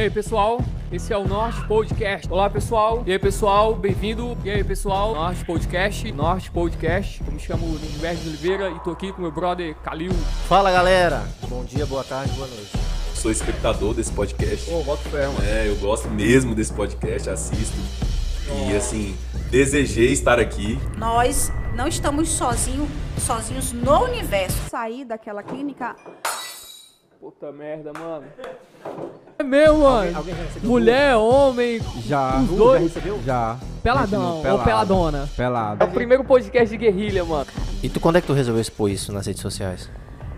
aí, pessoal? Esse é o Norte Podcast. Olá, pessoal. E aí, pessoal? Bem-vindo. E aí, pessoal? Norte Podcast. Norte Podcast. Eu me chamo Lindbergh Oliveira e tô aqui com meu brother Kalil. Fala galera, bom dia, boa tarde, boa noite. Sou espectador desse podcast. Pô, bota o pé, mano. É, eu gosto mesmo desse podcast, assisto. E assim, desejei estar aqui. Nós não estamos sozinhos, sozinhos no universo. Saí daquela clínica. Puta merda, mano. É meu, mano. Mulher, homem, Já. Os dois? Já recebeu? Já. peladão Continua, ou peladona. É Pelado. o primeiro podcast de guerrilha, mano. E tu quando é que tu resolveu expor isso nas redes sociais?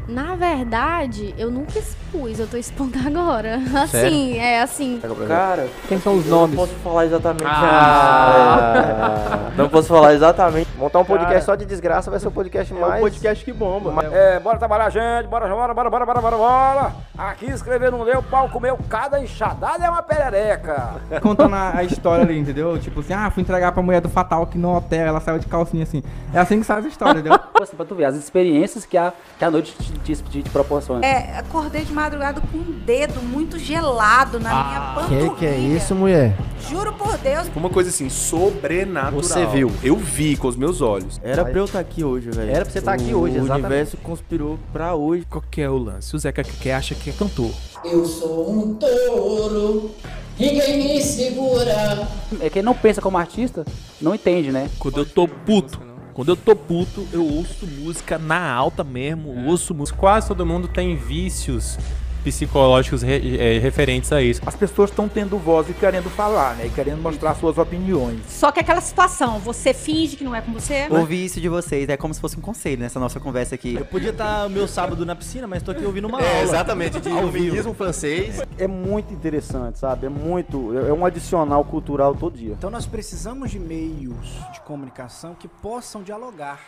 Na verdade, eu nunca expus, eu tô expondo agora. Sério? Assim, é assim. Pega pra Cara, Quem são os eu não nomes? posso falar exatamente. Ah. É, não posso falar exatamente. Montar um podcast só de desgraça vai ser o podcast mais. É o podcast que bomba. É, bora trabalhar, gente, bora, bora, bora, bora, bora, bora, bora. Aqui um escrever não leu, o pau comeu, cada enxadada é uma perereca. Contando a, a história ali, entendeu? Tipo assim, ah, fui entregar pra mulher do Fatal que no hotel, ela saiu de calcinha assim. É assim que sai as histórias, entendeu? Pô, assim, pra tu ver, as experiências que a, que a noite te, te, te- te proporciona. É, acordei de madrugada com um dedo muito gelado na minha panturrilha. é mulher? Juro por Deus. Uma coisa assim, sobrenatural. Você viu? Eu vi com os meus olhos. Era pra eu estar aqui hoje, velho. Era pra você tá aqui hoje, O exatamente. universo conspirou pra hoje. Qual que é o lance? O Zeca que acha que é cantor. Eu sou um touro, ninguém me segura. É quem não pensa como artista, não entende, né? Quando eu tô puto. Quando eu tô puto, eu ouço música na alta mesmo, É. ouço música. Quase todo mundo tem vícios psicológicos é, referentes a isso. As pessoas estão tendo voz e querendo falar, né? E querendo mostrar suas opiniões. Só que é aquela situação, você finge que não é com você. Ouvi isso de vocês, é como se fosse um conselho nessa nossa conversa aqui. Eu podia estar meu sábado na piscina, mas tô aqui ouvindo uma É, aula. exatamente, de iluminismo francês. É muito interessante, sabe? É muito. É é um adicional cultural todo dia. Então nós precisamos de meios de comunicação que possam dialogar,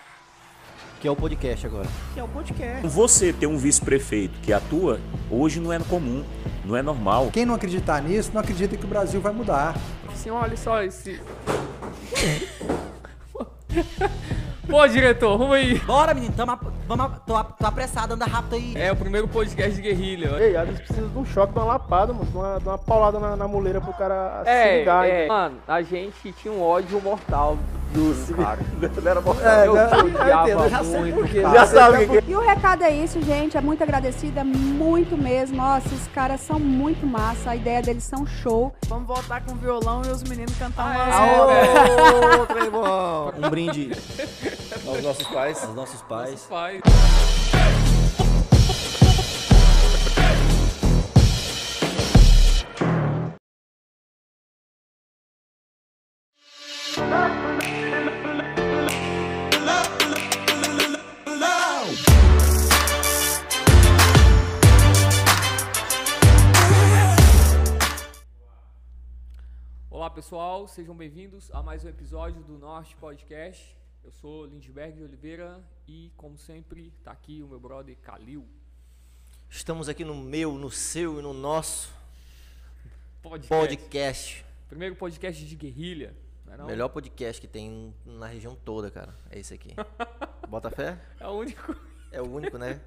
Que é o podcast agora. que é o podcast. Você ter um vice-prefeito que atua, hoje não é comum, não é normal. Quem não acreditar nisso, não acredita que o Brasil vai mudar. Assim, olha só esse. Pô, diretor, vamos aí. Bora, menino, tamo, ap- vamos, ap- tô, ap- tô apressado, anda rápido aí. É o primeiro podcast de guerrilha. Ei, às vezes precisa de um choque, de uma lapada, mano, de uma, paulada na, muleira pro cara assim. É, é, mano, a gente tinha um ódio mortal do cara. É, Eu odiava muito. Já sabe o que E o recado é isso, gente. É muito agradecida, muito mesmo. Ó, esses caras são muito massa. A ideia deles são show. Vamos voltar com o violão e os meninos cantar Aô, Trevão! Um brinde aos nossos pais. Aos nossos pais. Pai. Olá pessoal, sejam bem-vindos a mais um episódio do Norte Podcast. Eu sou Lindbergh de Oliveira e, como sempre, tá aqui o meu brother Kalil. Estamos aqui no meu, no seu e no nosso Podcast. podcast. Primeiro podcast de guerrilha. Não é não? Melhor podcast que tem na região toda, cara. É esse aqui. Bota fé? É o único. É o único, né?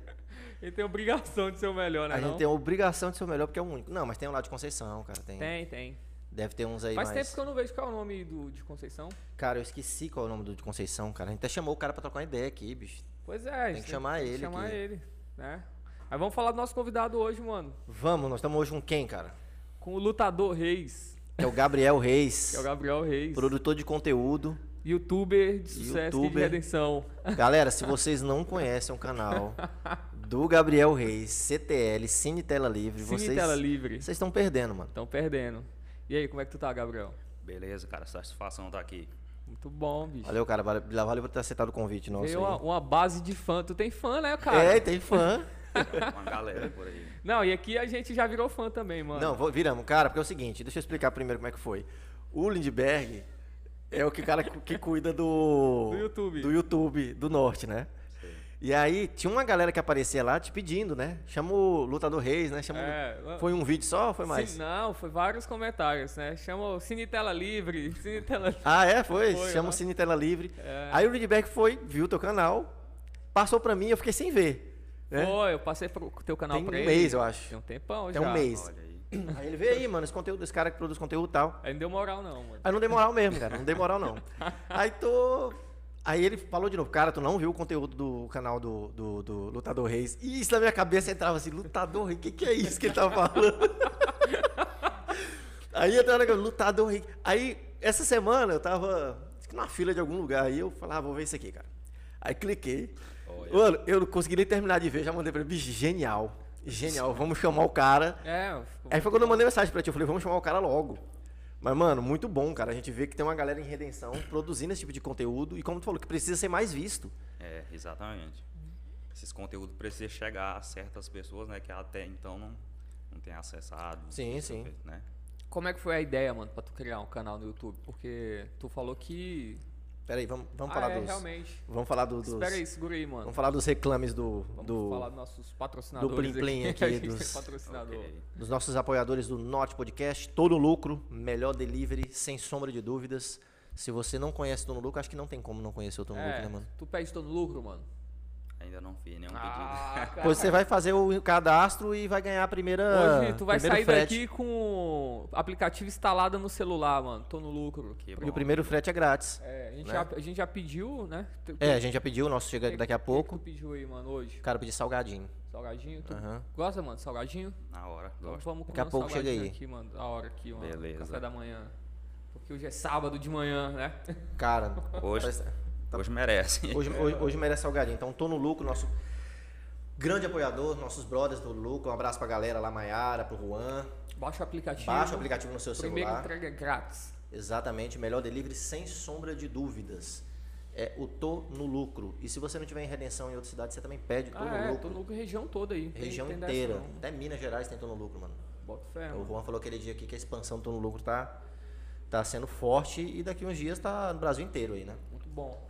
Ele tem obrigação de ser o melhor, né? A gente não? tem a obrigação de ser o melhor porque é o único. Não, mas tem o lá de Conceição, cara. Tem. Tem, tem. Deve ter uns aí Faz mais. tempo que eu não vejo qual é o nome do, de Conceição. Cara, eu esqueci qual é o nome do de Conceição, cara. A gente até chamou o cara pra trocar uma ideia aqui, bicho. Pois é, a gente que chamar tem que ele chamar aqui. ele, né? Mas vamos falar do nosso convidado hoje, mano. Vamos, nós estamos hoje com quem, cara? Com o lutador Reis, Que é o Gabriel Reis. que é o Gabriel Reis. Produtor de conteúdo. Youtuber de sucesso e de Youtuber. redenção. Galera, se vocês não conhecem o canal do Gabriel Reis, CTL, Cine Tela Livre, Cine vocês Tela Livre. vocês estão perdendo, mano. Estão perdendo. E aí, como é que tu tá, Gabriel? Beleza, cara, satisfação tá aqui. Muito bom, bicho. Valeu, cara. Valeu, valeu por ter aceitado o convite nosso. Tem uma, aí. uma base de fã. Tu tem fã, né, cara? É, tem fã. Uma galera por aí. Não, e aqui a gente já virou fã também, mano. Não, vou- viramos, cara, porque é o seguinte, deixa eu explicar primeiro como é que foi. O Lindbergh é o que cara cu- que cuida do Do YouTube. do YouTube do norte, né? E aí tinha uma galera que aparecia lá te pedindo, né? Chama o Lutador Reis, né? Chama o- É, Foi um vídeo só ou foi Sim, mais? não, foi vários comentários, né? Chama o Cine Tela Livre, Cine Tela Livre. Ah, é? Foi? Foi, É. Chama ó. o Cine Tela Livre. Aí o Lindbergh foi, viu teu canal, passou pra mim, eu fiquei sem ver. né? Foi, eu passei pro teu canal Tem pra um ele. mês, eu acho. Tem um tempão Até já. um mês. Aí ele veio aí, mano, esse conteúdo, esse cara que produz conteúdo e tal. Aí não deu moral, não, mano. Aí não dei moral mesmo, cara. Não dei moral, não. Aí tô. Aí ele falou de novo, cara, tu não viu o conteúdo do canal do, do, do Lutador Reis. E isso na minha cabeça entrava assim, Lutador Reis, o que, que é isso que ele tá falando? aí entrava naquele Lutador Reis. Aí, essa semana eu tava acho que numa fila de algum lugar, aí eu falava, ah, vou ver isso aqui, cara. Aí cliquei. Mano, eu não consegui nem terminar de ver, já mandei pra ele, bicho, genial. Genial, vamos chamar o cara. É, Aí foi quando eu mandei mensagem pra ti, eu falei, vamos chamar o cara logo. Mas, mano, muito bom, cara. A gente vê que tem uma galera em redenção produzindo esse tipo de conteúdo e, como tu falou, que precisa ser mais visto. É, exatamente. Esses conteúdos precisam chegar a certas pessoas, né? Que até então não, não tem acessado. não Sim, tem sim. feito, Né? Como é que foi a ideia, mano, pra tu criar um canal no YouTube? Porque tu falou que. Peraí, vamos, vamos Ah, falar é, dos. realmente. Vamos falar do- dos. Espera aí, segura aí, mano. Vamos falar dos reclames do. do falar dos nossos patrocinadores Do Plim Plim aqui. aqui. A gente tem dos, patrocinador. Ok. dos nossos apoiadores do Norte Podcast. Todo lucro, melhor delivery, sem sombra de dúvidas. Se você não conhece Tono Lucro, acho que não tem como não conhecer o É. Tono Lucro, né, mano? tu pede todo lucro, mano. Ah, Ainda não fiz nenhum pedido. Pois você vai fazer o cadastro e vai ganhar a primeira. Hoje tu vai primeiro sair frete. daqui com o aplicativo instalado no celular, mano. Tô no lucro. E o primeiro frete é grátis. É, a gente, né? já, a gente já pediu, né? Tu- É, a gente já pediu, o nosso chega Que- daqui a Tá que pouco. Que tu pediu aí, mano, hoje? Cara, eu pedi salgadinho. Salgadinho? Tu Aham. gosta, mano, de salgadinho? Na hora, Então gosto. vamos Daqui comer a um pouco chega salgadinho aí. aqui, mano. Da hora aqui, mano. Beleza. Café da manhã. Porque hoje é sábado de manhã, né? Cara, Hoje, tá- hoje merece. Hoje, hoje, hoje merece salgadinho. Então, tô no lucro, nosso grande apoiador, nossos brothers do lucro. Um abraço pra galera lá, Maiara, pro Juan. Baixa o aplicativo. Baixa o aplicativo no seu Primeiro celular. entrega é grátis. Exatamente, melhor delivery sem sombra de dúvidas. É o Tô no Lucro. E se você não tiver em redenção em outra cidade, você também pede Tô Ah, no é, Lucro. tô no lucro região toda aí. Tem- Região tem dessa inteira. não. Até Minas Gerais tem Tô no Lucro, mano. Bota fé, O mano. Juan falou aquele dia aqui que a expansão do Tô no Lucro tá, tá sendo forte e daqui uns dias tá no Brasil inteiro aí, né? Muito bom.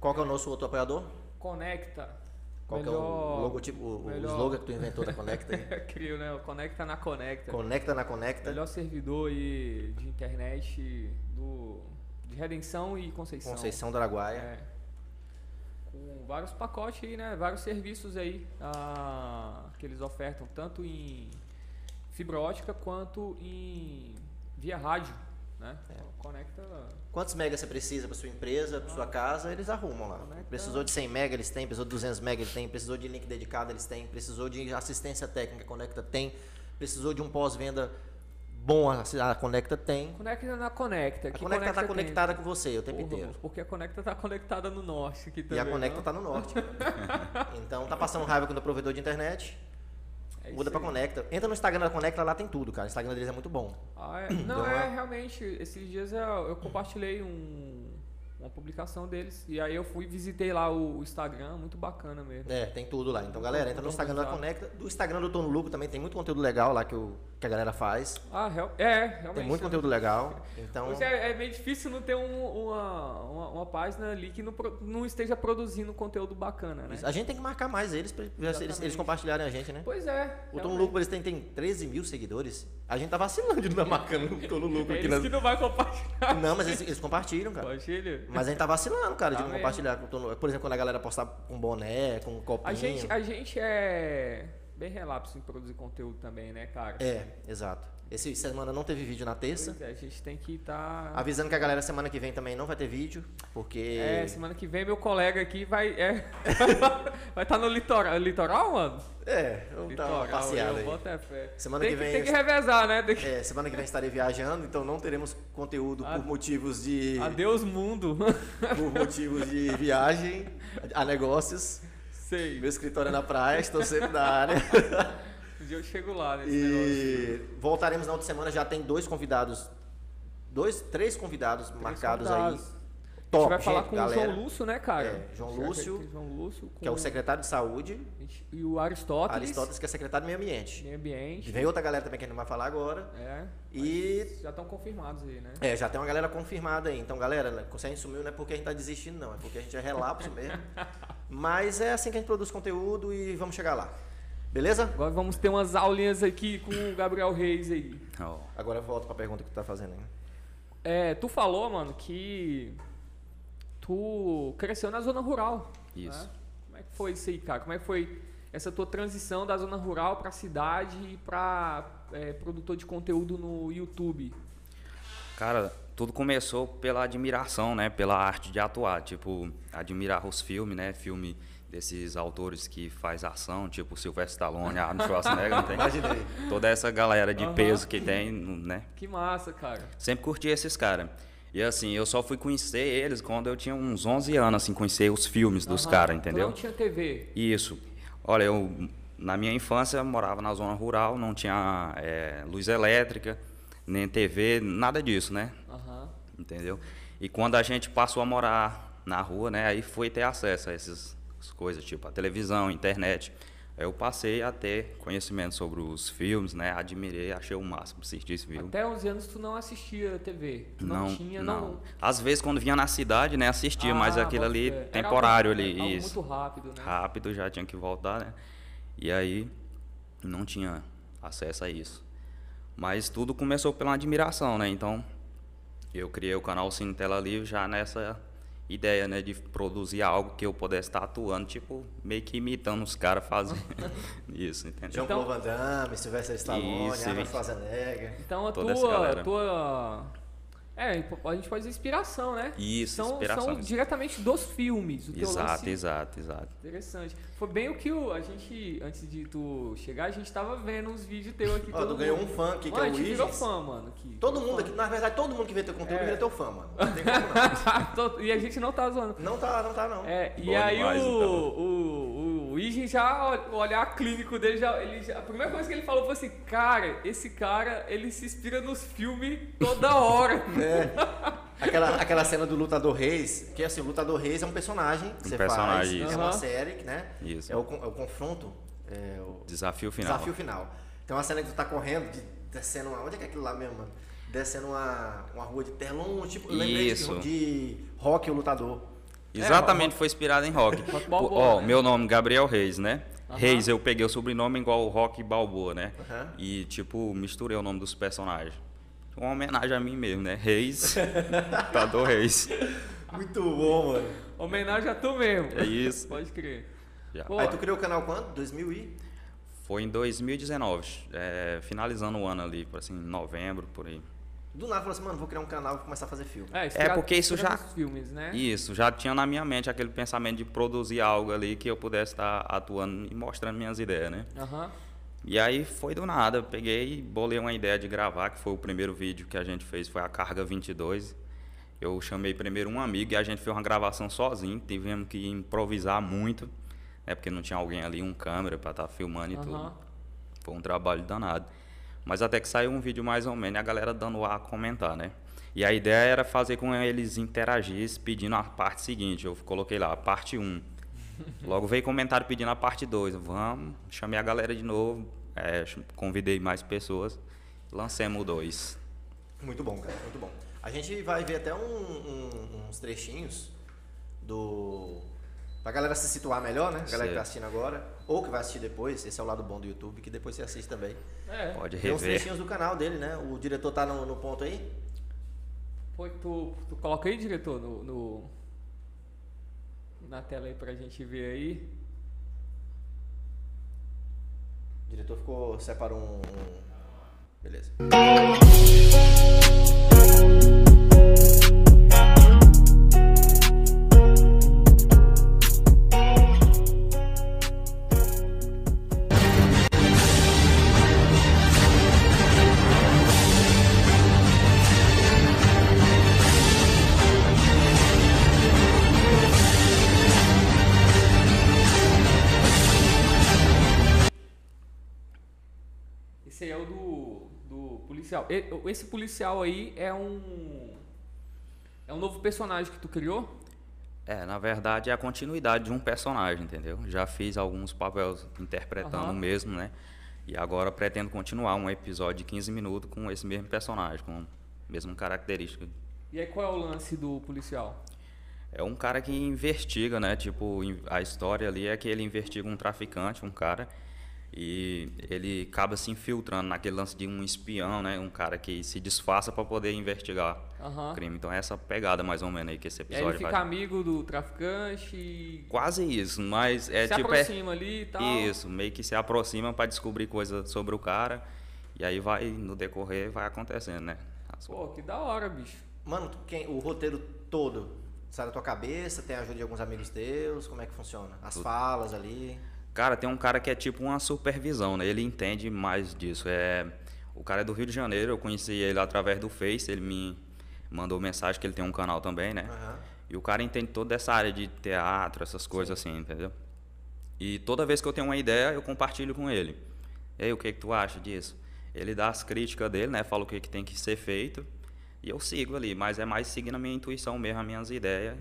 Qual que é o nosso outro apoiador? Conecta. Qual que é o logotipo- o- o slogan que tu inventou da Conecta aí? Crio, né? O Conecta na Conecta. Conecta na Conecta. Melhor servidor aí de internet do, de Redenção e Conceição. Conceição do Araguaia. É. Com vários pacotes aí, né? Vários serviços aí ah, que eles ofertam, tanto em fibra ótica quanto em via rádio, né? É. Conecta Quantos megas você precisa para sua empresa, para sua casa, eles arrumam lá. Precisou de 100 mega, eles têm. Precisou de 200 mega, eles têm. Precisou de link dedicado, eles têm. Precisou de assistência técnica, Conecta tem. Precisou de um pós-venda bom, a a Conecta tem. Conecta na Conecta. A Conecta tá conectada com você o tempo Porra, inteiro. mano, Porque a Conecta tá conectada no norte aqui E também. a Conecta não? tá no norte. então tá passando raiva com o provedor de internet. É Muda isso pra aí. Conecta. Entra no Instagram da Conecta, lá tem tudo, cara. O Instagram deles é muito bom. Ah, é. Deu Não, uma- é realmente. Esses dias eu, eu compartilhei um- uma publicação deles. E aí eu fui visitei lá o, o Instagram, muito bacana mesmo. É, tem tudo lá. Então, galera, entra no Vamos Instagram da usar. Conecta. Do Instagram do Tono Lucro também tem muito conteúdo legal lá que, o, que a galera faz. Ah, real- é, realmente. Tem muito conteúdo legal. Então, Pois é, é meio difícil não ter um- uma, uma, uma página ali que não, pro- não esteja produzindo conteúdo bacana, né? a gente tem que marcar mais eles pra eles- eles, eles Exatamente. compartilharem a gente, né? Pois é. O Tom Lucro, eles têm, tem 13 mil seguidores. A gente tá vacilando de não tá marcando o Tom Lucro É aqui. né? eles nas- que não vai compartilhar. Não, mas eles, eles compartilham, cara. Compartilha? Mas a gente tá vacilando, cara, Tá de não mesmo. compartilhar com o Tom Lucro. Por exemplo, quando a galera postar com boné, com um copinho. A gente, a gente é bem relapso em produzir conteúdo também, né, cara? É, exato. Esse semana não teve vídeo na terça. Pois é, a gente tem que tá estar. Avisando que a galera semana que vem também não vai ter vídeo, porque... É, semana que vem meu colega aqui vai. É, vai estar no litoral. Litoral, mano? É, vamos dar uma passeada eu aí. boto é fé. Semana tem que vem Tem que eu- revezar, né? Tem que- É, semana que vem estarei viajando, então não teremos conteúdo por motivos de. Adeus, mundo! por motivos de viagem a negócios. Sei. Meu escritório é na praia, estou sempre na área. Um dia eu chego lá nesse negócio. e voltaremos na outra semana, já tem dois convidados. Dois, três convidados marcados convidados. aí. a Top, gente vai falar gente, com galera. o João Lúcio, né, cara? É, João Será que Lúcio, tem João Lúcio com Que é o secretário de saúde. E o Aristóteles. Aristóteles, que é secretário do meio ambiente. Meio ambiente. E vem outra galera também que a gente não vai falar agora. É. E mas Já estão confirmados aí, né? É, já tem uma galera confirmada aí. Então, galera, né, se a gente sumiu não é porque a gente tá desistindo, não. É porque a gente é relapso mesmo. Mas é assim que a gente produz conteúdo e vamos chegar lá. Beleza? Agora vamos ter umas aulinhas aqui com o Gabriel Reis aí. Agora eu volto pra pergunta que tu tá fazendo aí. É, tu falou, mano, que tu cresceu na zona rural. Isso. né? Como é que foi isso aí, cara? Como é que foi essa tua transição da zona rural para cidade e para é, produtor de conteúdo no YouTube? Cara, tudo começou pela admiração, né? Pela arte de atuar. Tipo, admirar os filmes, né? Filme desses autores que faz ação, tipo Sylvester Stallone, Arnold Schwarzenegger, não tem? Imaginei. Toda essa galera de Aham. peso que tem, né? Que massa, cara. Sempre curti esses caras. E assim, eu só fui conhecer eles quando eu tinha uns 11 anos, assim, conhecer os filmes dos Aham. caras, Tu entendeu? Não tinha TV. Isso. Olha, eu na minha infância morava na zona rural, não tinha é, luz elétrica, nem TV, nada disso, né? Aham. Entendeu? E quando a gente passou a morar na rua, né, aí foi ter acesso a essas coisas, tipo a televisão, internet. Aí eu passei a ter conhecimento sobre os filmes, né? Admirei, achei o máximo assistir esse filme. Até 11 anos tu não assistia TV. Tu não, tinha, não. Às vezes quando vinha na cidade, né, assistia, Ah, mas aquilo bota ali fé. Era temporário algo- é, ali, algo isso. muito rápido, né? Rápido, já tinha que voltar, né? E aí não tinha acesso a isso. Mas tudo começou pela admiração, né? Então, eu criei o canal Cine Tela Livre já nessa ideia, né, de produzir algo que eu pudesse estar atuando, tipo, meio que imitando os caras fazendo isso, entendeu? Então, Jean-Claude Van Damme, Sylvester Stallone, Então- Isso, Arnold isso. Schwarzenegger. Então a Toda essa tua, galera. a tua. É, a gente pode dizer inspiração, né? Isso, são, inspiração. São diretamente dos filmes. O teu Exato, lance- exato, exato. Interessante. Foi bem o que o, a gente, antes de tu chegar, a gente tava vendo uns vídeos teus aqui. Ó, todo tu ganhou um mundo. fã aqui, que Mano, é a o gente virou Wiggins. fã, mano. Aqui. Todo mundo aqui, na verdade, todo mundo que vê teu conteúdo É. vira teu fã, mano. Todo- e a gente não tá zoando. Não tá, não tá, não. É, e Bom aí demais, o, então. o, o, o Ingen já ol- o olhar clínico dele, já, ele já- a primeira coisa que ele falou foi assim, cara, esse cara, ele se inspira nos filmes toda hora. né? É. Aquela, aquela cena do Lutador Reis, que assim, o Lutador Reis é um personagem que Um você personagem, faz. isso. É uma Aham. série, né? Isso. É o, con- é o confronto. É o Desafio final. Desafio final. Tem uma cena que tu tá correndo, de- descendo uma. Onde é que é aquilo lá mesmo, mano? Descendo uma, uma rua de terra longe, tipo, eu lembrei Isso. de, de Rock o Lutador. É, Exatamente, foi inspirado em rock. Rock Ó, Balboa, né? meu nome Gabriel Reis, né? Aham. Reis, eu peguei o sobrenome igual o Rock Balboa, né? Aham. E tipo, misturei o nome dos personagens. Uma homenagem a mim mesmo, né? Reis, Tador Reis. Muito bom, mano. Homenagem a tu mesmo. É isso. Pode crer. Já. Pô, Aí tu criou o canal quando? 2000 e... Foi em 2019, é, finalizando o ano ali, por assim, novembro, por aí. Do nada falou assim, mano, vou criar um canal, vou começar a fazer filme. É porque isso já. filmes, É? né? Isso, já tinha na minha mente aquele pensamento de produzir algo ali que eu pudesse estar atuando e mostrando minhas ideias, né? Aham. E aí foi do nada, eu peguei e bolei uma ideia de gravar, que foi o primeiro vídeo que a gente fez, foi a Carga 22. Eu chamei primeiro um amigo e a gente fez uma gravação sozinho, tivemos que improvisar muito, né, porque não tinha alguém ali, um câmera para estar filmando e Aham. tudo. Foi um trabalho danado. Mas até que saiu um vídeo mais ou menos, e a galera dando ar a comentar, né? E a ideia era fazer com eles interagissem pedindo a parte seguinte, eu coloquei lá, parte 1. Logo veio comentário pedindo a parte 2. Vamos, chamei a galera de novo, é, ch- convidei mais pessoas, lancemos o 2. Muito bom, cara, muito bom. A gente vai ver até um- um- uns trechinhos do. Pra galera se situar melhor, né? A galera que Certo. tá assistindo agora, ou que vai assistir depois, esse é o lado bom do YouTube, que depois você assiste também. É. Pode Tem um uns rever. trechinhos do canal dele, né? O diretor tá no, no ponto aí? Pô, tu, tu coloca aí, diretor, no, no- na tela aí pra gente ver aí. O diretor ficou. separou um. um- Beleza. Esse aí é o do, do policial. E- Esse policial aí é um. É um novo personagem que tu criou? É, na verdade é a continuidade de um personagem, entendeu? Já fiz alguns papéis interpretando Aham. o mesmo, né? E agora pretendo continuar um episódio de 15 minutos com esse mesmo personagem, com a mesma característica. E aí qual é o lance do policial? É um cara que investiga, né? Tipo, in- a história ali é que ele investiga um traficante, um cara, e ele acaba se infiltrando naquele lance de um espião, né? Um cara que se disfarça para poder investigar Aham. o crime. Então é essa pegada mais ou menos aí que esse E aí É ele episódio fica vai. amigo do traficante e Quase isso, mas é Se tipo. aproxima é... ali e tal. Isso, meio que se aproxima pra descobrir coisa sobre o cara. E aí vai, no decorrer, vai acontecendo, né? Pô, que da hora, bicho. Mano, tu- quem- o roteiro todo sai da tua cabeça, tem a ajuda de alguns amigos teus, como é que funciona? As Tudo. falas ali. Cara, tem um cara que é tipo uma supervisão, né? Ele entende mais disso. É... O cara é do Rio de Janeiro, eu conheci ele através do Face, ele me mandou mensagem que ele tem um canal também, né? E o cara entende toda essa área de teatro, essas coisas assim, entendeu? E toda vez que eu tenho uma ideia, eu compartilho com ele. Ei, o que, que tu acha disso? Ele dá as críticas dele, né? Fala o que, que tem que ser feito. E eu sigo ali, mas é mais seguindo a minha intuição mesmo, as minhas ideias.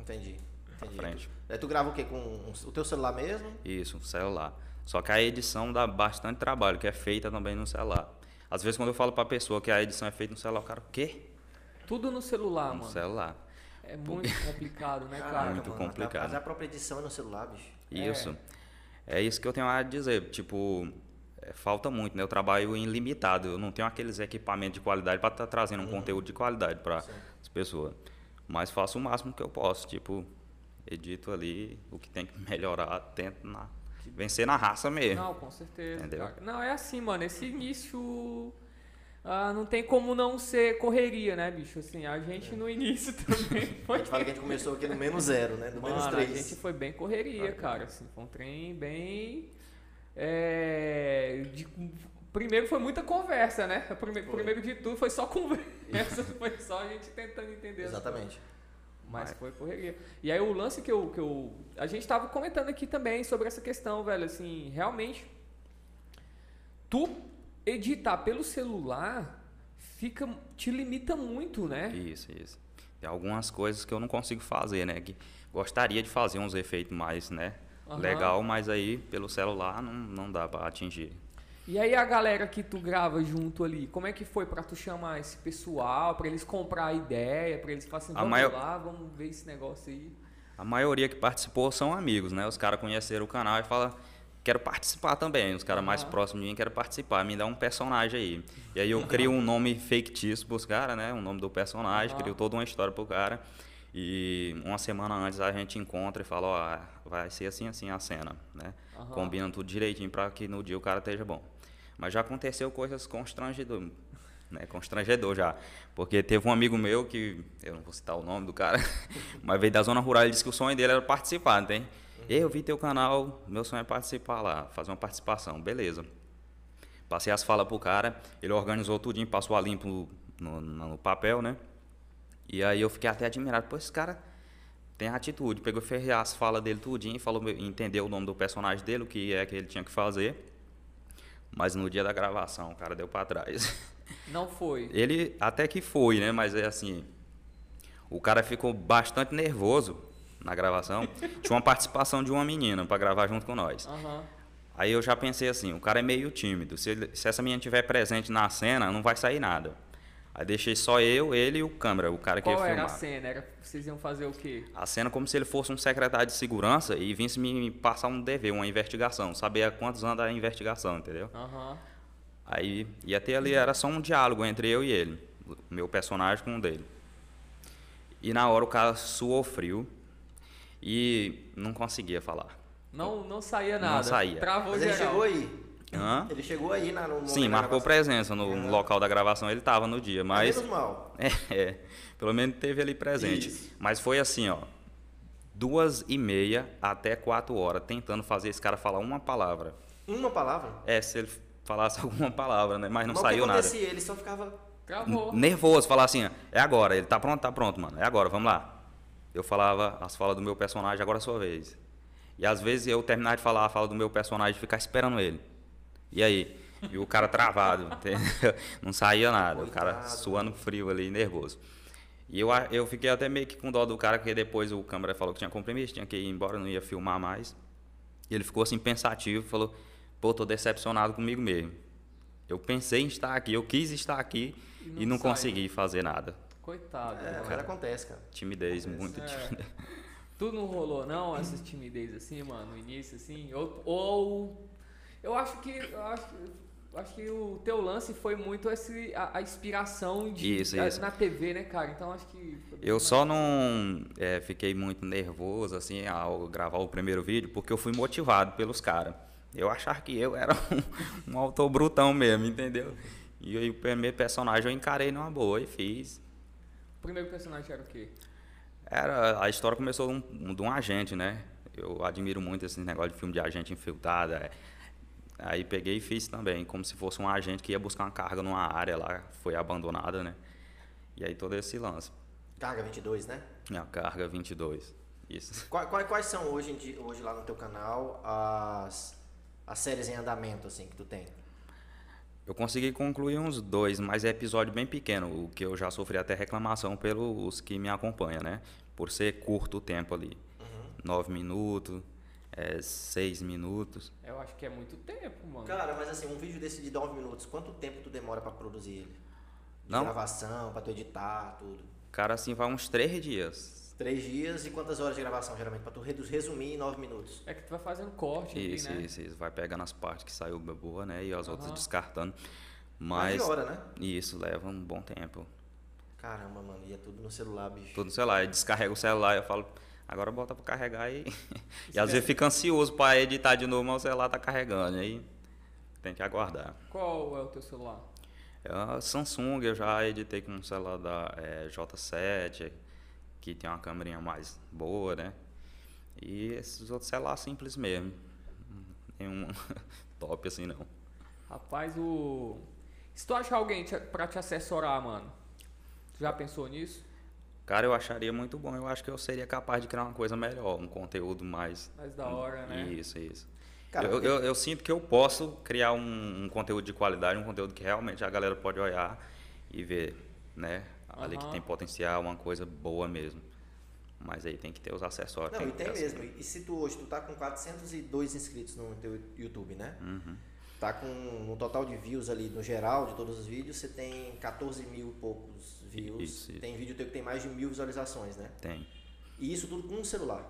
Entendi. Entendi. frente. Tu, aí tu grava o quê? Com um- o teu celular mesmo? Isso, um celular. Só que a edição dá bastante trabalho, que é feita também no celular. Às vezes quando eu falo pra pessoa que a edição é feita no celular, o cara, o quê? Tudo no celular, No Tá, mano. celular. É muito complicado, né, cara? Muito mano, até- complicado. Mas a própria edição é no celular, bicho. Isso. É. isso que eu tenho a dizer. Tipo, é, falta muito, né? Eu trabalho em limitado. Eu não tenho aqueles equipamentos de qualidade para estar trazendo Uhum. um conteúdo de qualidade para as pessoas. Mas faço o máximo que eu posso. Tipo, edito ali o que tem que melhorar, tento na- vencer na raça mesmo. Não, com certeza. Entendeu? cara. Não, é assim, mano. Esse início. ah, não tem como não ser correria, né, bicho? Assim, a gente É. no início também foi. A gente fala que a gente começou aqui no menos zero, né? No Mano, menos A três. gente foi bem correria, cara. Assim, foi um trem bem. é, de- primeiro foi muita conversa, né? O Primeiro, primeiro de tudo foi só conversa, foi só a gente tentando entender. as Exatamente. coisas. Mas foi correria. E aí o lance que eu, que eu. A gente tava comentando aqui também sobre essa questão, velho. Assim, realmente. Tu editar pelo celular fica. te limita muito, né? Isso, isso. Tem algumas coisas que eu não consigo fazer, né? Que gostaria de fazer uns efeitos mais, né? Aham. Legal, mas aí pelo celular não, não dá para atingir. E aí a galera que tu grava junto ali, como é que foi pra tu chamar esse pessoal, pra eles comprar a ideia, pra eles falarem assim, A vamos maior- lá, vamos ver esse negócio aí. A maioria que participou são amigos, né? Os caras conheceram o canal e falam, quero participar também. Os caras mais Aham. próximos de mim querem participar, me dá um personagem aí. E aí eu crio um nome fictício pros caras, né? O nome do personagem, Aham. crio toda uma história pro cara. E uma semana antes a gente encontra e fala, ó, vai ser assim, assim a cena, né? Aham. Combina tudo direitinho pra que no dia o cara esteja bom. Mas já aconteceu coisas constrangedoras, né? Constrangedor já. Porque teve um amigo meu que, eu não vou citar o nome do cara, mas veio da zona rural, ele disse que o sonho dele era participar, não tem? Ei, Eu vi teu canal, meu sonho é participar lá, fazer uma participação, beleza. Passei as falas pro cara, ele organizou tudinho, passou a limpo no, no- no papel, né? E aí eu fiquei até admirado, pô, esse cara tem atitude. Pegou e fez as falas dele tudinho, falou, entendeu o nome do personagem dele, o que é que ele tinha que fazer. Mas no dia da gravação, o cara deu pra trás. Não foi. Ele até que foi, né? Mas é assim. O cara ficou bastante nervoso na gravação. Tinha uma participação de uma menina pra gravar junto com nós. Aham. Aí eu já pensei assim, o cara é meio tímido. Se, ele- se essa menina estiver presente na cena, não vai sair nada. Aí deixei só eu, ele e o câmera, o cara que Qual ia era filmar. a cena? Era, vocês iam fazer o quê? A cena como se ele fosse um secretário de segurança e vinsse me passar um dever, uma investigação, saber há quantos anos a investigação, entendeu? Aham. Aí ia ter ali, era só um diálogo entre eu e ele, o meu personagem com o dele. E na hora o cara suou frio e não conseguia falar. Não, não saía nada. Não saía. Travou Mas ele geral. chegou aí. Hã? Ele chegou aí na, no Sim, marcou presença no local da gravação, ele estava no dia, mas. menos mal. É, é. pelo menos teve ali presente. Mas foi assim, ó. Duas e meia até quatro horas, tentando fazer esse cara falar uma palavra. Uma palavra. É, se ele falasse alguma palavra, né? Mas não Mas o que saiu nada. acontecia? Ele só ficava. Travou. Nervoso, falar assim, ó, é agora, ele tá pronto, tá pronto, mano. É agora, vamos lá. Eu falava as falas do meu personagem, agora é a sua vez. E às vezes eu terminava de falar a fala do meu personagem e ficar esperando ele. E aí? E o cara travado, entendeu? Não saía nada, o cara suando frio ali, nervoso. E eu, a- eu fiquei até meio que com dó do cara, porque depois o câmera falou que tinha compromisso, tinha que ir embora, não ia filmar mais. E ele ficou assim pensativo, falou: pô, tô decepcionado comigo mesmo. Eu pensei em estar aqui, eu quis estar aqui E e não não, sai. consegui fazer nada. Coitado. É, mas Cara, acontece, cara. Timidez, muita É. timidez. Tu não rolou, não, essa timidez assim, mano, no início, assim? Ou. ou- eu acho que. eu acho que- Eu acho que o teu lance foi muito esse, a, a inspiração de, Isso, a- isso. na TV, né, cara? Então acho que. foi bem Eu só não é, fiquei muito nervoso assim ao gravar o primeiro vídeo porque eu fui motivado pelos caras. Eu achava que eu era um, um autor brutão mesmo, entendeu? E aí o primeiro personagem eu encarei numa boa e fiz. O primeiro personagem era o quê? Era, a história começou de um, de um agente, né? Eu admiro muito esse negócio de filme de agente infiltrado. é. Aí peguei e fiz também, como se fosse um agente que ia buscar uma carga numa área lá, foi abandonada, né? E aí todo esse lance. Carga 22, né? É, a carga 22. Isso. Quais, quais, quais são hoje, em dia- hoje lá no teu canal as, as séries em andamento assim que tu tem? Eu consegui concluir uns dois, mas é episódio bem pequeno, o que eu já sofri até reclamação pelos que me acompanham, né? Por ser curto o tempo ali. Nove minutos, é, seis minutos. Eu acho que é muito tempo, mano. Cara, mas assim, um vídeo desse de 9 minutos, quanto tempo tu demora pra produzir ele? De Não. Gravação, pra tu editar, tudo. Cara, assim, vai uns três dias. Três dias e quantas horas de gravação, geralmente, pra tu redu- resumir em 9 minutos? É que tu vai fazendo corte ali, Isso, né? isso, isso. Vai pegando as partes que saiu boa, né? E as outras Aham. descartando. Mas Mas. hora, né? Isso, leva um bom tempo. Caramba, mano, ia tudo no celular, bicho. Tudo no celular. Eu descarrego o celular, eu falo, agora bota pra carregar e. e às Esquece. vezes fica ansioso pra editar de novo, mas o celular tá carregando. Aí tem que aguardar. Qual é o teu celular? É a Samsung, eu já editei com um celular da eh, J7, que tem uma câmerinha mais boa, né? E esses outros celulares simples mesmo. Nenhum top assim não. Rapaz, o. Se tu achar alguém te- pra te assessorar, mano, tu já pensou nisso? Cara, eu acharia muito bom. Eu acho que eu seria capaz de criar uma coisa melhor, um conteúdo mais. Mais da hora, né? Isso, isso. Cara, eu, porque- eu, eu sinto que eu posso criar um, um conteúdo de qualidade, um conteúdo que realmente a galera pode olhar e ver, né? Ali que Aham. tem potencial, uma coisa boa mesmo. Mas aí tem que ter os acessórios. Não, e tem que ter mesmo. E se tu hoje, tu tá com 402 inscritos no teu YouTube, né? Uhum. Tá com um total de views ali no geral de todos os vídeos, você tem 14 mil e poucos views. Isso, isso. Tem vídeo teu que tem mais de mil visualizações, né? Tem. E isso tudo com um celular.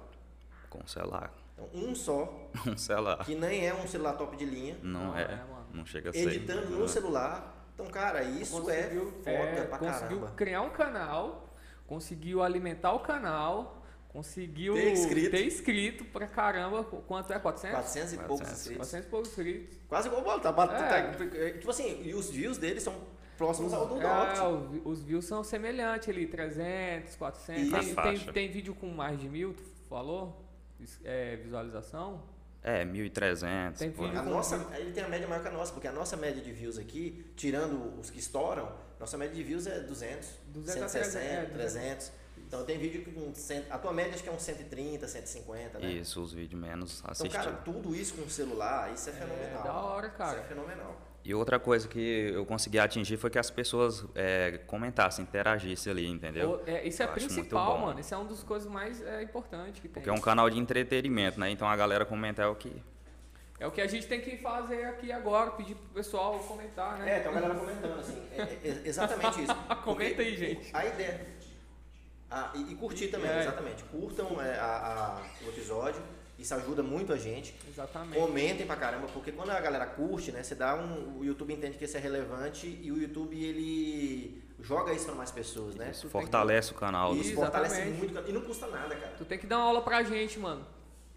Com celular. Então, um só, Um celular. que nem é um celular top de linha. Não, é. né, não chega a ser. né? Editando no celular. Então, cara, isso é Conseguiu- foda é, pra Conseguiu caramba. criar um canal, conseguiu alimentar o canal, conseguiu Ter inscrito. ter inscrito pra caramba. Qu- Quanto é? 400? 400 e poucos inscritos. 400 e poucos inscritos. Quase igual o Bola, tá, bate- É. tá- Tipo assim, e os views dele são próximos ao do da É, Opti. o vi- os views são semelhantes ali, 300, 400. Isso. Tem, Na tem, faixa. tem vídeo com mais de mil, tu falou? Is- É, visualização? É, 1.300. Tem por aí. A nossa, ele tem a média maior que a nossa, porque a nossa média de views aqui, tirando os que estouram, nossa média de views é 200, 200 a é, 160, 300, 300. Então tem vídeo com 100, a tua média acho que é uns 130, 150, né? Isso, os vídeos menos Então, assistidos. cara, tudo isso com o celular, isso é fenomenal. da hora, cara. Isso é fenomenal. E outra coisa que eu consegui atingir foi que as pessoas é, comentassem, interagissem ali, entendeu? Ou- é, isso é Eu acho muito principal, bom. mano. Isso é uma das coisas mais é, importantes que tem. Porque é um canal de entretenimento, né? Então a galera comentar é o que. É o que a gente tem que fazer aqui agora, pedir pro pessoal comentar, né? É, tem uma galera comentando, assim. É, é, é exatamente isso. Comenta aí, gente. A ideia. Ah, e, e curtir também, É. exatamente. Curtam é, a- a- o episódio, isso ajuda muito a gente. Exatamente. Comentem pra caramba, porque quando a galera curte, né, você dá um. O YouTube entende que isso é relevante e o YouTube ele joga isso pra mais pessoas, É, né? Isso Fortalece o canal. Isso fortalece Exatamente. muito. E não custa nada, cara. Tu tem que dar uma aula pra gente, mano.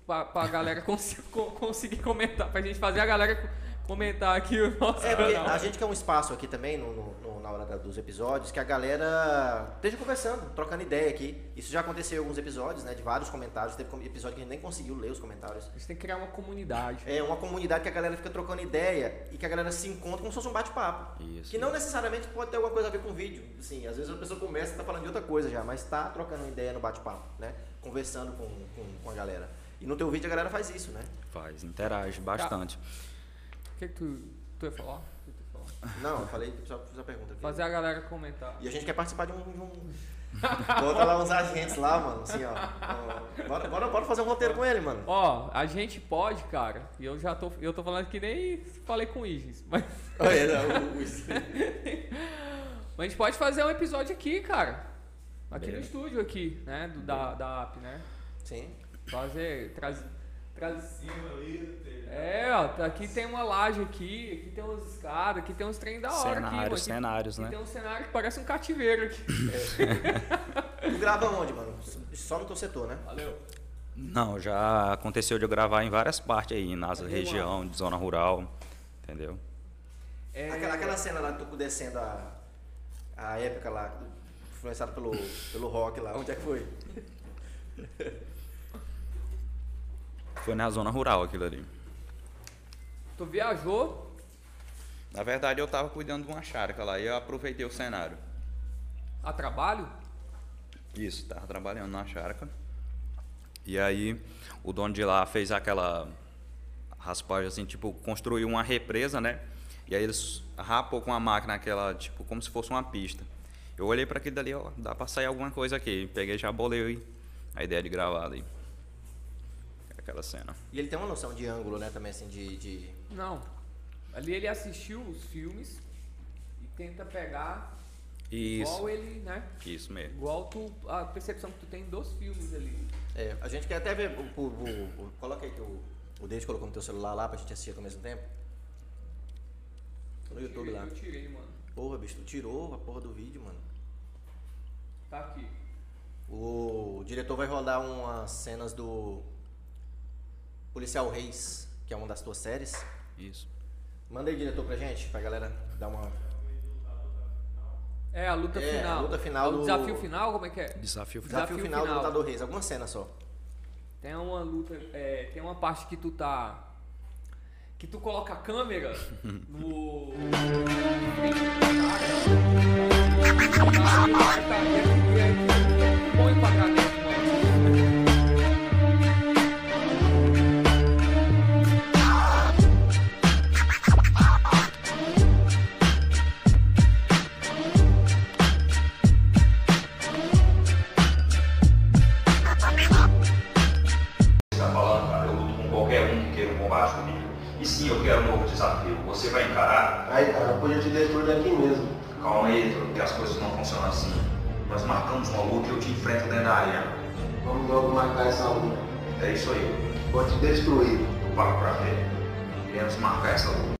Pra, pra galera cons- co- conseguir comentar. Pra gente fazer a galera co- comentar aqui o nosso É, porque canal. a gente quer um espaço aqui também, no, no- no- na hora da- dos episódios, que a galera esteja conversando, trocando ideia aqui. Isso já aconteceu em alguns episódios, né? De vários comentários. Teve com- episódio que a gente nem conseguiu ler os comentários. A gente tem que criar uma comunidade. É uma comunidade que a galera fica trocando ideia e que a galera se encontra como se fosse um bate-papo. Isso. Que não necessariamente pode ter alguma coisa a ver com vídeo. Assim, às vezes a pessoa começa e tá falando de outra coisa já, mas tá trocando ideia no bate-papo, né? Conversando com, com, com a galera. E no teu vídeo a galera faz isso, né? Faz, Tá. interage bastante. O que, que tu, tu ia falar? O que tu ia falar? Não, eu falei, só fiz a pergunta. aqui. Fazer a galera comentar. E a gente quer participar de um. de um- Bota lá uns agentes lá, mano, assim, ó. Ó, Bora, bora, bora fazer um roteiro com ele, mano. Ó, a gente pode, cara. E eu já tô. Eu tô falando que nem falei com o Igis, mas. Olha, é, não, o Igis. mas a gente pode fazer um episódio aqui, cara. Aqui no Beleza. estúdio, aqui, né? Do, da, da app, né? Sim. Fazer. Traz, Atrás de cima ali. É, ó, tá- aqui tem uma laje aqui, aqui tem umas escadas, aqui tem uns trem da hora aqui, mano. Cenários, Aqui- cenários, aqui né? Tem um cenário que parece um cativeiro aqui. Tu grava onde, mano? Só no teu setor, né? Valeu. Não, já aconteceu de eu gravar em várias partes aí, nas região, de zona rural, entendeu? É, Aquela, aquela cena lá que tu descendo a, a época lá, influenciado pelo, pelo rock lá, onde é que foi? Foi na zona rural aquilo ali. Tu viajou, Na verdade, eu tava cuidando de uma chácara lá e eu aproveitei o cenário. A trabalho? Isso, tava trabalhando na chácara. E aí, o dono de lá fez aquela raspagem assim, tipo, construiu uma represa, né? E aí eles rapou com a máquina aquela, tipo, como se fosse uma pista. Eu olhei para aquilo dali, ó, dá para sair alguma coisa aqui. Peguei, já bolei a ideia de gravar ali. Aquela cena. E ele tem uma noção de ângulo, né, também, assim, de... de... Não. Ali ele assistiu os filmes e tenta pegar Isso. igual ele, né? Isso mesmo. Igual tu, a percepção que tu tem dos filmes ali. É, a gente quer até ver, o, o, o- o- coloca aí teu, o David colocou no teu celular lá pra gente assistir aqui ao mesmo tempo. Tô no YouTube lá. Eu tirei, mano. Porra, bicho, tu tirou a porra do vídeo, mano. Tá aqui. O diretor vai rodar umas cenas do Policial Reis, que é uma das tuas séries. Isso. Manda aí, diretor, pra gente, pra galera dar uma. É, a luta É, a final. luta final É O do- desafio final, como é que é? Desafio Desafio, final, do Lutador Reis, algumas cenas só. Tem uma luta, é, tem uma parte que tu tá. Que tu coloca a câmera no. Põe pra cá dentro, está tá falando, cara, eu luto com qualquer um que queira um combate comigo. E sim, eu quero um novo desafio. Você vai encarar? Aí, cara, eu podia te destruir daqui mesmo. Calma aí, Heitor, que as coisas não funcionam assim. Nós marcamos uma luta e eu te enfrento dentro da arena. Vamos logo marcar essa luta. É isso aí. Vou te destruir. Eu pago pra ver. Iremos marcar essa luta.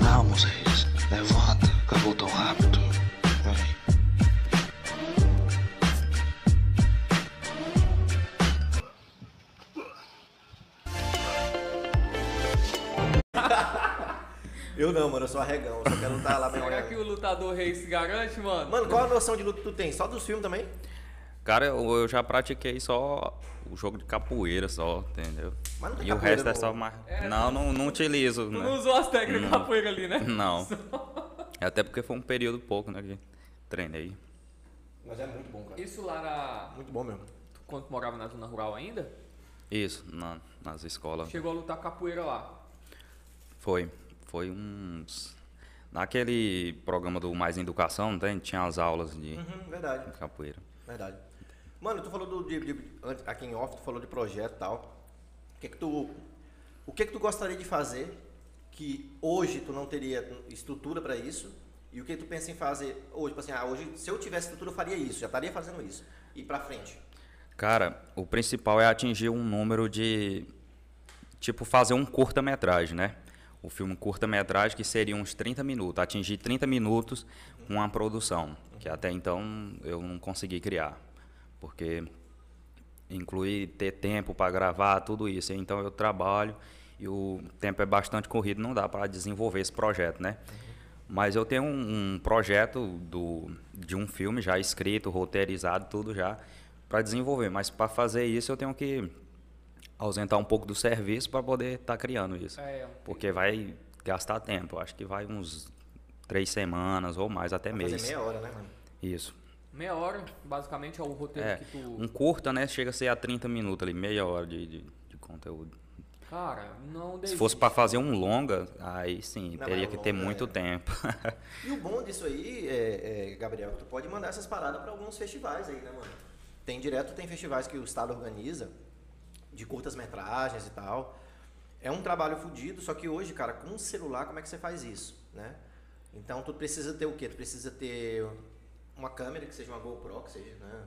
Vamos, Reis. Levanta. Acabou tão rápido. Eu não, mano, eu sou arregão, eu só quero lutar lá bem Será olhando. que o lutador rei se garante, mano? Mano, qual a noção de luta que tu tem? Só dos filmes também? Cara, eu, eu já pratiquei só o jogo de capoeira só, entendeu? Mas não tem e o capoeira resto é no- só mais. É, não, não, não utilizo. né? Tu não usou as técnicas de Não. capoeira ali, né? Não. Só- Até porque foi um período pouco, né? Que treinei. Mas é muito bom, cara. Isso lá era. Muito bom mesmo. Quando tu morava na zona rural ainda, Isso, na- nas escolas. chegou a lutar capoeira lá. Foi. Foi uns. Naquele programa do Mais Educação, não tem? Tinha as aulas de Uhum, verdade. de capoeira. Verdade. Mano, tu falou do, de, de- antes- aqui em off, tu falou de projeto e tal. O que que tu, o que que tu gostaria de fazer que hoje tu não teria estrutura pra isso? E o que tu pensa em fazer hoje? Tipo assim, ah, hoje se eu tivesse estrutura eu faria isso, já estaria fazendo isso. E pra frente. Cara, o principal é atingir um número de. Tipo, fazer um curta-metragem, né? O filme curta-metragem que seria uns 30 minutos. Atingir 30 minutos com a produção, que até então eu não consegui criar. Porque inclui ter tempo para gravar, tudo isso. Então eu trabalho e o tempo é bastante corrido, não dá para desenvolver esse projeto, né? Mas eu tenho um, um projeto do, de um filme já escrito, roteirizado, tudo já para desenvolver. Mas para fazer isso eu tenho que ausentar um pouco do serviço para poder estar criando isso, É, um- porque vai gastar tempo. Acho que vai uns três semanas ou mais até Pra mês. fazer meia hora, né, mano? Isso. Meia hora, basicamente, é o roteiro É, que tu. um curta, né? Chega a ser a 30 minutos ali, meia hora de, de, de conteúdo. Cara, não Se dei- fosse pra fazer um longa, aí sim, Não, teria mas que o ter longa muito é- tempo. E o bom disso aí, é, é, Gabriel, que tu pode mandar essas paradas para alguns festivais aí, né, mano? Tem direto, tem festivais que o Estado organiza, de curtas-metragens e tal. É um trabalho fodido, só que hoje, cara, com um celular, como é que você faz isso, né? Então, tu precisa ter o quê? Tu precisa ter uma câmera, que seja uma GoPro, que seja, né?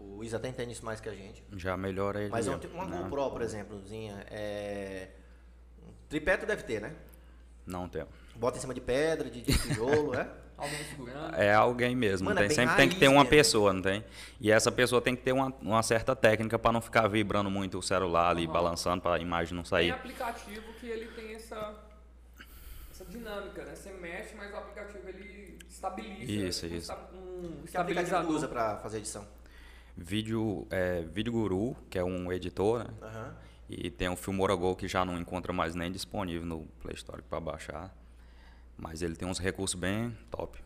O, o Isa até entende isso mais que a gente. Já melhora ele. Mas é um tipo- uma né? GoPro, por exemplozinha, é... Tripé tu deve ter, né? Não tem. Bota em cima de pedra, de, de tijolo, é? Alguém segurando. É alguém mesmo, Mano, não é tem? bem sempre tem que ter raiz uma mesmo. pessoa, não tem? E essa pessoa tem que ter uma, uma certa técnica pra não ficar vibrando muito o celular ali, balançando pra a imagem não Tem sair. aplicativo que ele tem essa, essa dinâmica, né? Você mexe, mas o aplicativo ele estabiliza. Isso, ele isso. esta- Um Que aplicativo tu estabilizador. usa pra fazer edição? Vídeo, é, Vídeo Guru, que é um editor, né? Aham. E tem o Filmora Go, que já não encontra mais nem disponível no Play Store pra baixar. Mas ele tem uns recursos bem top.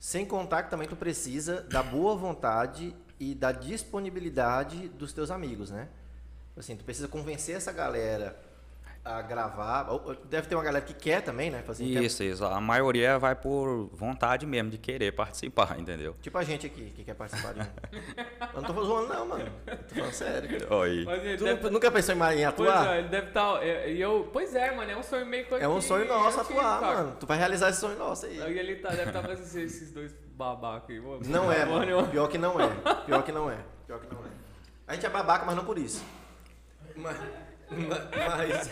Sem contar que também tu precisa da boa vontade e da disponibilidade dos teus amigos, né? Assim, tu precisa convencer essa galera a gravar. Ou- ou Deve ter uma galera que quer também, né? Fazer quer- Isso, isso. A maioria vai por vontade mesmo de querer participar, entendeu? Tipo a gente aqui, que quer participar de um. Eu não tô zoando, não, mano. Eu Tô falando sério. Oi. Mas ele Tu deve- nu- nunca pensou em ma- em Pois atuar? é, ele deve estar. e eu, pois é, mano, é um sonho meio que É um sonho que nosso eu tive, atuar, cara. mano. Tu vai realizar esse sonho nosso aí. Aí ele tá, deve estar fazendo esses- esses dois babacos aí. Ô, Não é, mano, mano. Pior que não é. Pior que não é. Pior que não é. A gente é babaca, mas não por isso. Mas, ma- mas,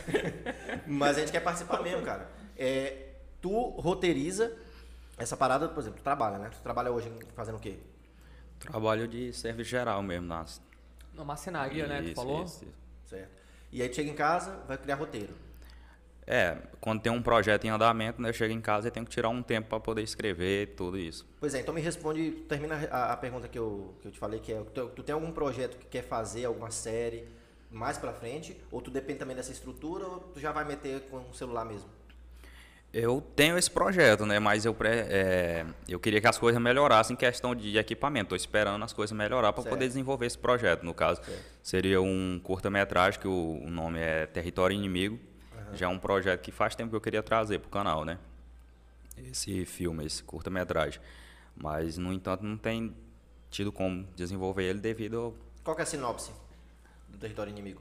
mas a gente quer participar mesmo, cara. É, tu roteiriza essa parada, por exemplo, tu trabalha, né? Tu trabalha hoje fazendo o quê? Trabalho de serviço geral mesmo. Nas... Não, marcenaria, né? Tu Isso, falou? isso, isso. Certo. E aí tu chega em casa, vai criar roteiro. É, quando tem um projeto em andamento, né, eu chego em casa e tenho que tirar um tempo pra poder escrever tudo isso. Pois é, então me responde, termina a, a pergunta que eu, que eu te falei, que é, tu, tu tem algum projeto que quer fazer, alguma série mais pra frente? Ou tu depende também dessa estrutura, ou tu já vai meter com o celular mesmo? Eu tenho esse projeto, né? Mas eu, pre- é, eu queria que as coisas melhorassem em questão de equipamento. Estou esperando as coisas melhorar para Certo. poder desenvolver esse projeto. No caso, seria um curta-metragem que o, o nome é Território Inimigo. Já é um projeto que faz tempo que eu queria trazer para o canal, né? Esse filme, esse curta-metragem. Mas, no entanto, não tem tido como desenvolver ele devido ao Qual que é a sinopse do território inimigo?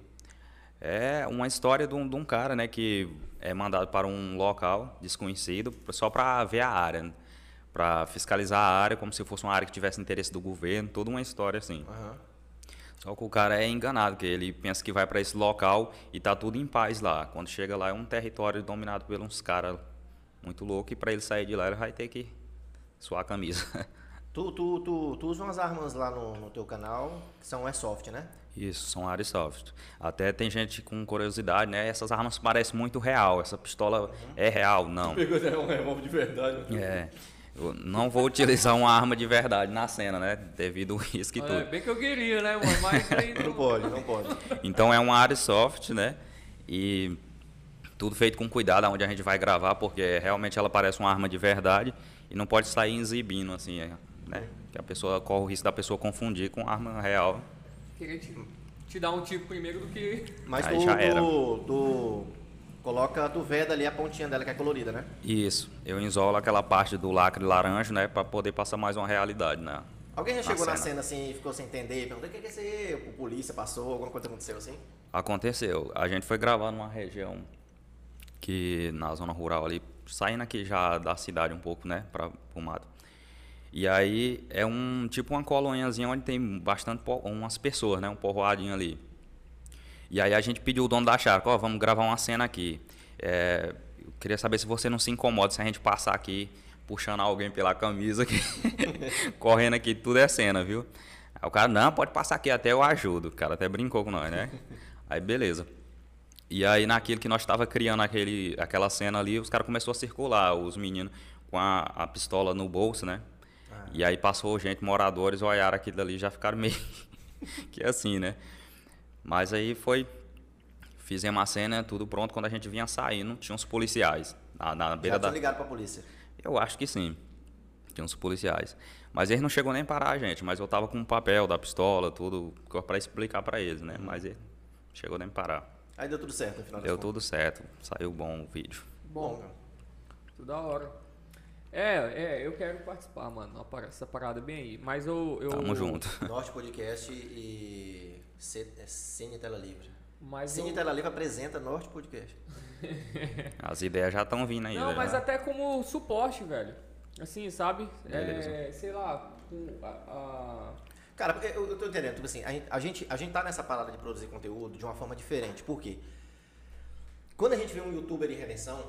É uma história de um, de um cara, né, que é mandado para um local desconhecido só para ver a área, né? para fiscalizar a área como se fosse uma área que tivesse interesse do governo, toda uma história assim. Só que o cara é enganado, que ele pensa que vai para esse local e tá tudo em paz lá. Quando chega lá é um território dominado por uns caras muito loucos e para ele sair de lá ele vai ter que suar a camisa. Tu, tu, tu, tu usa umas armas lá no, no teu canal, que são airsoft, né? Isso, são áreas soft. Até tem gente com curiosidade, né? Essas armas parecem muito real. Essa pistola é real, não. é um revólver de verdade. É. Eu não vou utilizar uma arma de verdade na cena, né? Devido ao risco e Olha, tudo. bem que eu queria, né, mano? Mas aí não. pode, não pode. Então é uma área soft, né? E tudo feito com cuidado onde a gente vai gravar, porque realmente ela parece uma arma de verdade e não pode sair exibindo assim, né? Que a pessoa corre o risco da pessoa confundir com arma real. Queria te, te dar um tipo primeiro do que. Mas Aí tu, já era. tu, tu coloca, tu veda ali a pontinha dela, que é colorida, né? Isso, eu isolo aquela parte do lacre laranja, né, Pra poder passar mais uma realidade, né? Alguém já chegou na cena assim e ficou sem entender, perguntou o que que é isso aí? O polícia passou, alguma coisa aconteceu assim? Aconteceu. A gente foi gravar numa região que na zona rural ali, saindo aqui já da cidade um pouco, né, para o mato. E aí é um tipo uma colôniazinha onde tem bastante po- umas pessoas, né, um povoadinho ali. E aí a gente pediu o dono da chácara, ó, vamos gravar uma cena aqui. É, eu queria saber se você não se incomoda se a gente passar aqui puxando alguém pela camisa aqui, correndo aqui, tudo é cena, viu? Aí o cara, não, pode passar aqui, até eu ajudo. O cara até brincou com nós, né? Aí beleza. E aí naquilo que nós estava criando aquele, aquela cena ali, os caras começaram a circular, os meninos com a, a pistola no bolso, né? E aí passou gente, moradores, olharam aquilo ali e já ficaram meio que assim, né? Mas aí foi. Fizemos a cena, tudo pronto. Quando a gente vinha saindo, tinha uns policiais na, na beira já tá da. te ligaram pra polícia. Eu acho que sim. de uns policiais. Mas eles não chegou nem a parar a gente, mas eu tava com o papel da pistola, tudo, para explicar para eles, né? Mas ele não chegou nem a parar. Aí deu tudo certo, no final das Deu contas. tudo certo, saiu bom o vídeo. Bom, tudo da hora. É, é, eu quero participar, mano. uma parada- Essa parada é bem aí. Mas eu. eu Norte Podcast e C- é Cine Tela Livre. Mas Cine eu- Tela Livre apresenta Norte Podcast. As ideias já estão vindo aí. Não, né? mas até como suporte, velho. Assim, sabe? É, Beleza. sei lá, com a- a- Cara, porque eu, eu tô entendendo, tipo assim, a, gente- a gente, a gente tá nessa parada de produzir conteúdo de uma forma diferente. Por quê? Quando a gente vê um youtuber em redenção,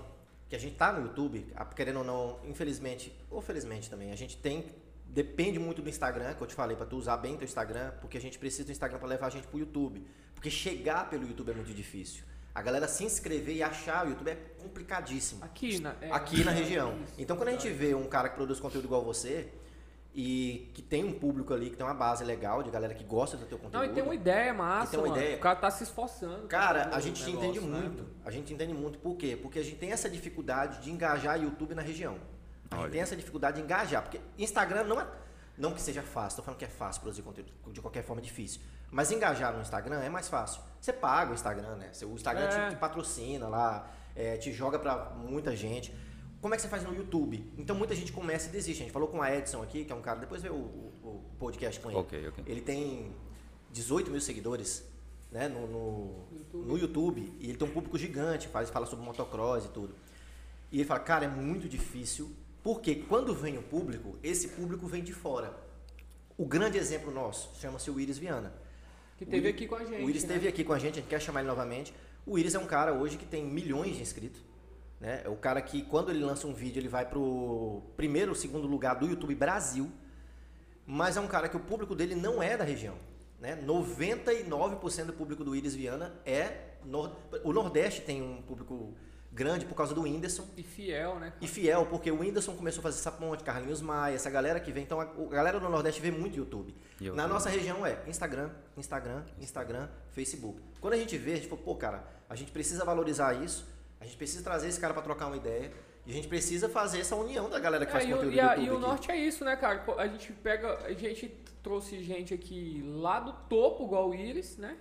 que a gente tá no YouTube, a- querendo ou não, infelizmente, ou felizmente também, a gente tem. Depende muito do Instagram, que eu te falei, pra tu usar bem teu Instagram, porque a gente precisa do Instagram pra levar a gente pro YouTube. Porque chegar pelo YouTube é muito difícil. A galera se inscrever e achar o YouTube é complicadíssimo. Aqui na, é, aqui na é, região. isso. Então quando a gente vê um cara que produz conteúdo igual você e que tem um público ali, que tem uma base legal de galera que gosta do teu conteúdo. Não, e tem um uma ideia massa. E tem uma mano. ideia. O cara tá se esforçando. pra Cara, fazer a um gente negócio, entende né? muito. A gente entende muito. Por quê? Porque a gente tem essa dificuldade de engajar YouTube na região. A gente tem essa dificuldade de engajar. Porque Instagram não é. Não que seja fácil, tô falando que é fácil produzir conteúdo, de qualquer forma é difícil. Mas engajar no Instagram é mais fácil. Você paga o Instagram, né? Você- O Instagram É. te, te patrocina lá, é, te joga pra muita gente. Como é que você faz no YouTube? Então muita gente começa e desiste. A gente falou com a Edson aqui, que é um cara, depois vê o, o- o podcast com ele. Ok, ok. Ele tem 18 mil seguidores né, no, no, no YouTube e ele tem um público gigante, faz, fala sobre motocross e tudo. E ele fala, cara, é muito difícil, porque quando vem o público, esse público vem de fora. O grande exemplo nosso chama-se o Iris Viana. Que teve O Iri- aqui com a gente, O Iris né? esteve aqui com a gente, a gente quer chamar ele novamente. O Iris é um cara hoje que tem milhões de inscritos. Né? É o cara que, quando ele lança um vídeo, ele vai pro primeiro ou segundo lugar do YouTube Brasil mas é um cara que o público dele não é da região. Né? 99% do público do Iris Viana é. nor- O Nordeste tem um público grande por causa do Whindersson. E fiel, né? E fiel, porque o Whindersson começou a fazer essa ponte, Carlinhos Maia, essa galera que vem. Então, a, a galera do Nordeste vê muito YouTube. YouTube. Na nossa região é Instagram, Instagram, Instagram, Facebook. Quando a gente vê, a gente fala, pô, cara, a gente precisa valorizar isso, a gente precisa trazer esse cara pra trocar uma ideia, e a gente precisa fazer essa união da galera que faz É, e, o- conteúdo e do a- YouTube. e o aqui. norte é isso, né, cara? Pô, A gente pega. A gente trouxe gente aqui lá do topo, igual o Iris, né?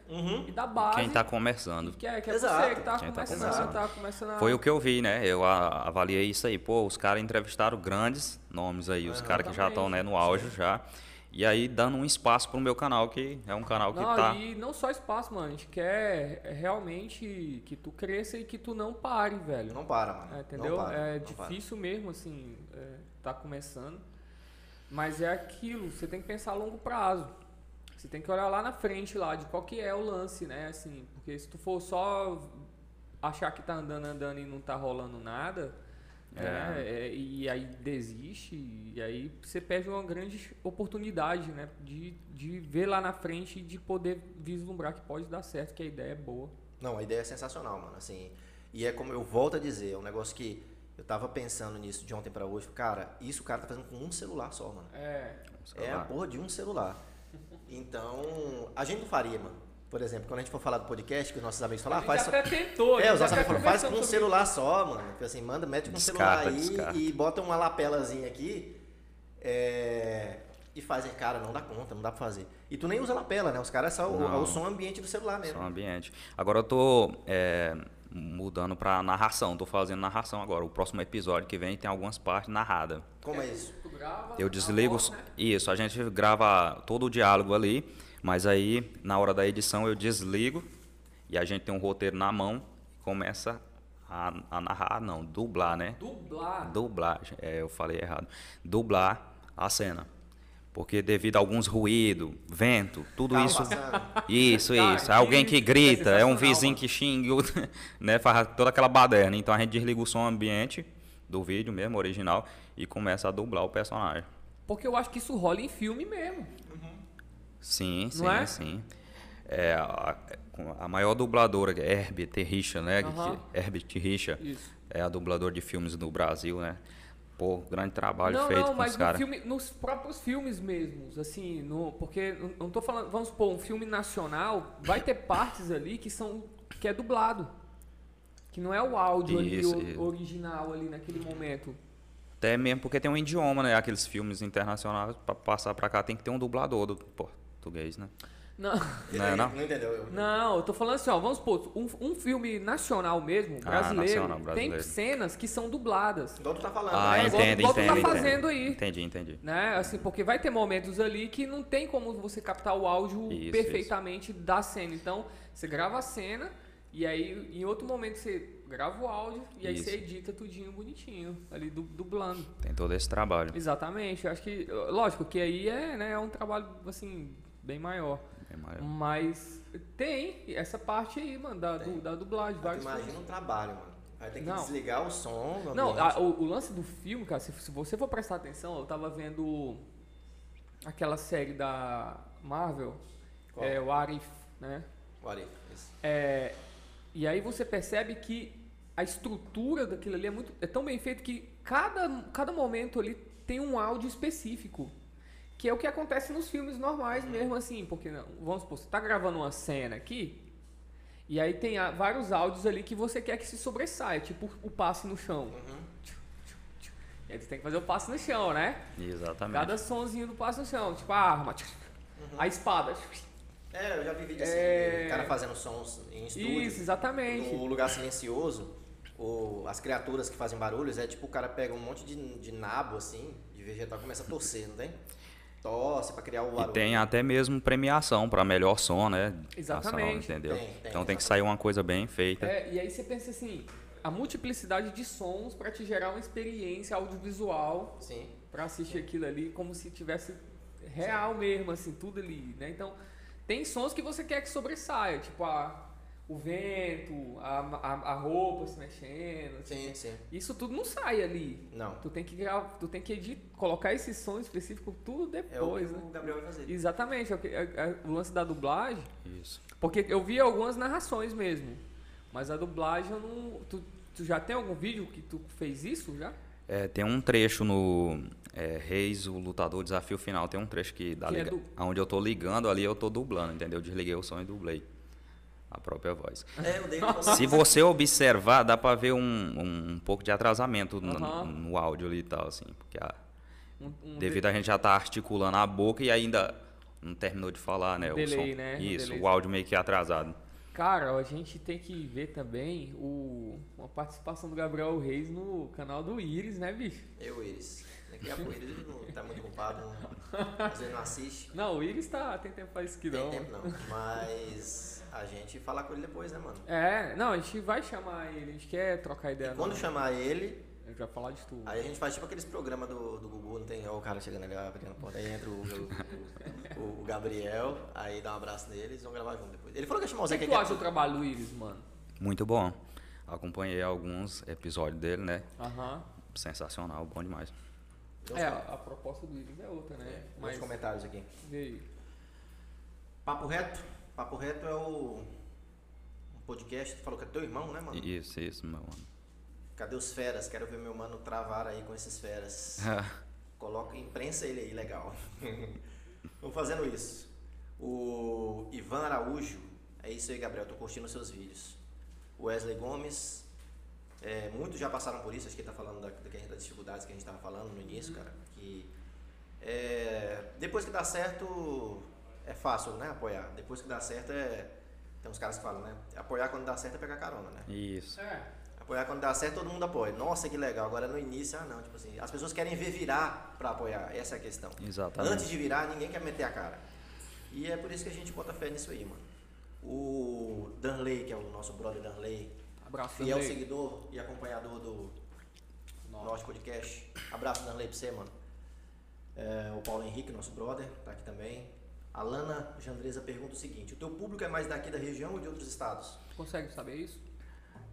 E da base. Quem tá começando. Que é, que é Exato. você que tá Quem tá começando, começando. tá começando a... Foi o que eu vi, né? Eu a- avaliei isso aí. Pô, os caras entrevistaram grandes nomes aí, os caras que já estão né, no auge já. E aí dando um espaço pro meu canal, que é um canal que Não, tá. e não só espaço, mano. A gente quer realmente que tu cresça e que tu não pare, velho. Não para, mano. É, entendeu? Não para, é não para. difícil mesmo, assim, é, tá começando. Mas é aquilo, você tem que pensar a longo prazo. Você tem que olhar lá na frente, lá, de qual que é o lance, né? Assim, porque se tu for só achar que tá andando, andando e não tá rolando nada, É. né? É, e aí desiste, e aí você perde uma grande oportunidade, né? De, de ver lá na frente e de poder vislumbrar que pode dar certo, que a ideia é boa. Não, a ideia é sensacional, mano. Assim, e é como eu volto a dizer, é um negócio que eu tava pensando nisso de ontem pra hoje. Cara, isso o cara tá fazendo com um celular só, mano. É. É a porra de um celular. Então, a gente não faria, mano. Por exemplo, quando a gente for falar do podcast, que os nossos amigos falam, A ah, gente faz. até tentou, a é, gente os nossos até amigos falam, faz com um conversamos sobre celular só, mano. Tipo assim, manda, mete com um celular Descarta, aí descarta. e bota uma lapelazinha aqui. é, E faz, cara, não dá conta, não dá pra fazer. E tu nem usa lapela, né? Os caras só o, Não. o som ambiente do celular mesmo. Só um ambiente. Agora eu tô é, mudando pra narração, tô fazendo narração agora. O próximo episódio que vem tem algumas partes narradas. Como é isso? Eu desligo. Isso, a gente grava todo o diálogo ali, mas aí na hora da edição eu desligo e a gente tem um roteiro na mão e começa a, a narrar, não, dublar, né? Dublar. Dublar, é, eu falei errado. Dublar a cena. Porque devido a alguns ruídos, vento, tudo Carro isso. passando. Isso, Cara, isso. Alguém que- que grita, é um vizinho que xinga, outro- né? Faz toda aquela baderna. Então a gente desliga o som ambiente do vídeo mesmo, original, e começa a dublar o personagem. Porque eu acho que isso rola em filme mesmo. Sim, sim, Não é? sim. É, a, a maior dubladora, que é Herbie Richa, né? que- Aham. Herbie Richa Isso. é a dubladora de filmes do Brasil, né? Pô, grande trabalho não, feito não, com mas os no caras. filme- nos próprios filmes mesmos, assim, no, porque não- não tô falando, vamos supor, um filme nacional, vai ter partes ali que são que é dublado. Que não é o áudio ali, Isso, o- isso. original ali naquele momento. Até mesmo porque tem um idioma, né? Aqueles filmes internacionais, pra passar pra cá, tem que ter um dublador do português, né? Não. Não é, não? entendeu? Eu- Não, eu tô falando assim, ó, vamos supor, um, um filme nacional mesmo, Ah, brasileiro, nacional, brasileiro. tem cenas que são dubladas. Igual tu tá falando. Ah, né? Igual- entendo, igual tu entendo, tá entendo. fazendo aí. Entendi, entendi. Né? Assim, porque vai ter momentos ali que não tem como você captar o áudio Isso, perfeitamente da cena. Então, você grava a cena e aí em outro momento você grava o áudio e aí Isso. você edita tudinho bonitinho, ali du- dublando. Tem todo esse trabalho. Exatamente. Eu acho que, lógico, que aí é, né, é um trabalho assim bem maior. É maior. Mas tem essa parte aí, mano, da, du- da dublagem, vários Imagina filmes. um trabalho, mano. Aí tem que Não. desligar o som. o Não, ambiente. a- o, o lance do filme, cara, se, se você for prestar atenção, eu tava vendo aquela série da Marvel, Qual? é, o Arif, né? What if, isso. É, e aí você percebe que a estrutura daquilo ali é, muito, é tão bem feito que cada, cada momento ali tem um áudio específico. Que é o que acontece nos filmes normais mesmo, assim, porque não- vamos supor, você tá gravando uma cena aqui, e aí tem a- vários áudios ali que você quer que se sobressaia, tipo o passe no chão. Tchum, tchum, tchum. E aí você tem que fazer o passe no chão, né? Exatamente. Cada sonzinho do passe no chão, tipo a arma, tchum, a espada. tchum. É, eu já vi vídeo assim, É. de cara fazendo sons em estúdio. Isso, exatamente. No lugar silencioso, o, as criaturas que fazem barulhos, é tipo o cara pega um monte de, de nabo, assim, de vegetal, e começa a torcer, não tem? Tosse pra criar o E barulho. tem até mesmo premiação pra melhor som, né? Exatamente. Nacional, entendeu? Tem, tem, então tem que sair uma coisa bem feita. É, e aí você pensa assim, a multiplicidade de sons pra te gerar uma experiência audiovisual Sim. para assistir aquilo ali como se tivesse real mesmo, assim, tudo ali, né? Então, tem sons que você quer que sobressaia, tipo a, o vento, a, a, a roupa se mexendo. assim. Sim, sim. Isso tudo não sai ali. Não. Tu tem que gravar, tu tem que edit, colocar esse som específico tudo É o depois, que né? o Gabriel vai fazer. Exatamente, é o, que- é- é o lance da dublagem. Isso. Porque eu vi algumas narrações mesmo. Mas a dublagem eu não. Tu, tu já tem algum vídeo que tu fez isso já? É, tem um trecho no é, Reis, o Lutador, Desafio Final. Tem um trecho que dá Que é liga... do- onde eu tô ligando ali, eu tô dublando, entendeu? Desliguei o som e dublei. A própria voz. É, eu dei uma- Ah. Se você observar, dá pra ver um, um, um pouco de atrasamento no, Aham. no áudio ali e tal, assim. Porque a- Um- um devido a gente já tá articulando a boca e ainda não terminou de falar, né? Um o delay, som. né? Um Isso, delay. o áudio meio que atrasado. Cara, a gente tem que ver também o, uma participação do Gabriel Reis no canal do Iris, né, bicho? Eu, Iris. Daqui a pouco ele não tá muito ocupado, não- às vezes não assiste. Não, o Iris tá, tem tempo pra isso que não. Tem tempo não, mas a gente fala com ele depois, né, mano? É, não, a gente vai chamar ele, a gente quer trocar ideia. Quando É, não. chamar ele, Ele vai falar de tudo. Aí a gente faz tipo aqueles programas do, do Gugu, não tem? Ó, o cara chegando ali, ó, abrindo a porta. Aí entra o, o- o- o Gabriel, aí dá um abraço neles e vão gravar junto depois. Ele falou que ia chamar o O Zé que, que Quem tu acha do trabalho do Iris, mano? Muito bom. Acompanhei alguns episódios dele, né? Aham. Sensacional, bom demais. É, a, a proposta do Iris é outra, né? É, mais comentários aqui. Vê aí. Papo Reto? Papo Reto é o. Um podcast, tu falou que é teu irmão, né, mano? Isso, isso, meu mano. Cadê os feras? Quero ver meu mano travar aí com esses feras. Coloca imprensa ele aí, legal. Vou fazendo isso. O Ivan Araújo, é isso aí, Gabriel, tô curtindo os seus vídeos. O Wesley Gomes, é, muitos já passaram por isso, acho que ele tá falando da, da- das dificuldades que a gente tava falando no início, cara. Que é, depois que dá certo, é fácil, né, apoiar. Depois que dá certo, é. Tem uns caras que falam, né? Apoiar quando dá certo é pegar carona, né? Isso. Apoiar quando dá certo, todo mundo apoia. Nossa, que legal. Agora no início, ah não, tipo assim, as pessoas querem ver virar pra apoiar. Essa é a questão. Exatamente. Antes de virar, ninguém quer meter a cara. E é por isso que a gente bota fé nisso aí, mano. O Danley, que é o nosso brother Danley, Abraço, fiel Danley. seguidor e é acompanhador do Norte Podcast. Abraço, Danley, pra você, mano. É, o Paulo Henrique, nosso brother, tá aqui também. Alana Jandresa pergunta o seguinte: o teu público é mais daqui da região ou de outros estados? Tu consegue saber isso?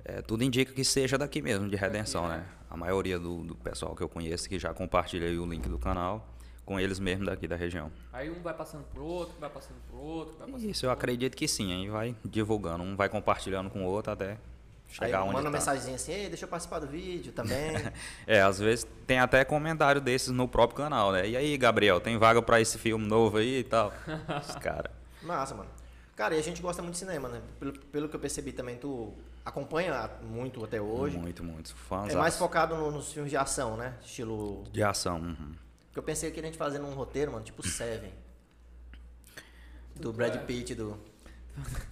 É, tudo indica que seja daqui mesmo, de Redenção, né? A maioria do, do pessoal que eu conheço que já compartilhei o link do canal com eles mesmo daqui da região. Aí um vai passando pro outro, vai passando pro outro, um vai passando Isso eu acredito que sim, aí vai divulgando, um vai compartilhando com o outro até Aí chegar manda onde uma tá. mensagenzinha assim, Ei, deixa eu participar do vídeo também. É, às vezes tem até comentário desses no próprio canal, né? E aí, Gabriel, tem vaga pra esse filme novo aí e tal? Os cara. Massa, mano. Cara, e a gente gosta muito de cinema, né? Pelo, pelo que eu percebi também, tu acompanha muito até hoje. Muito, muito. Fãs É mais focado no- nos filmes de ação, né? Estilo. de ação. uhum. Porque eu pensei que a gente fazendo um roteiro, mano, tipo Seven. Do é. Brad Pitt, do.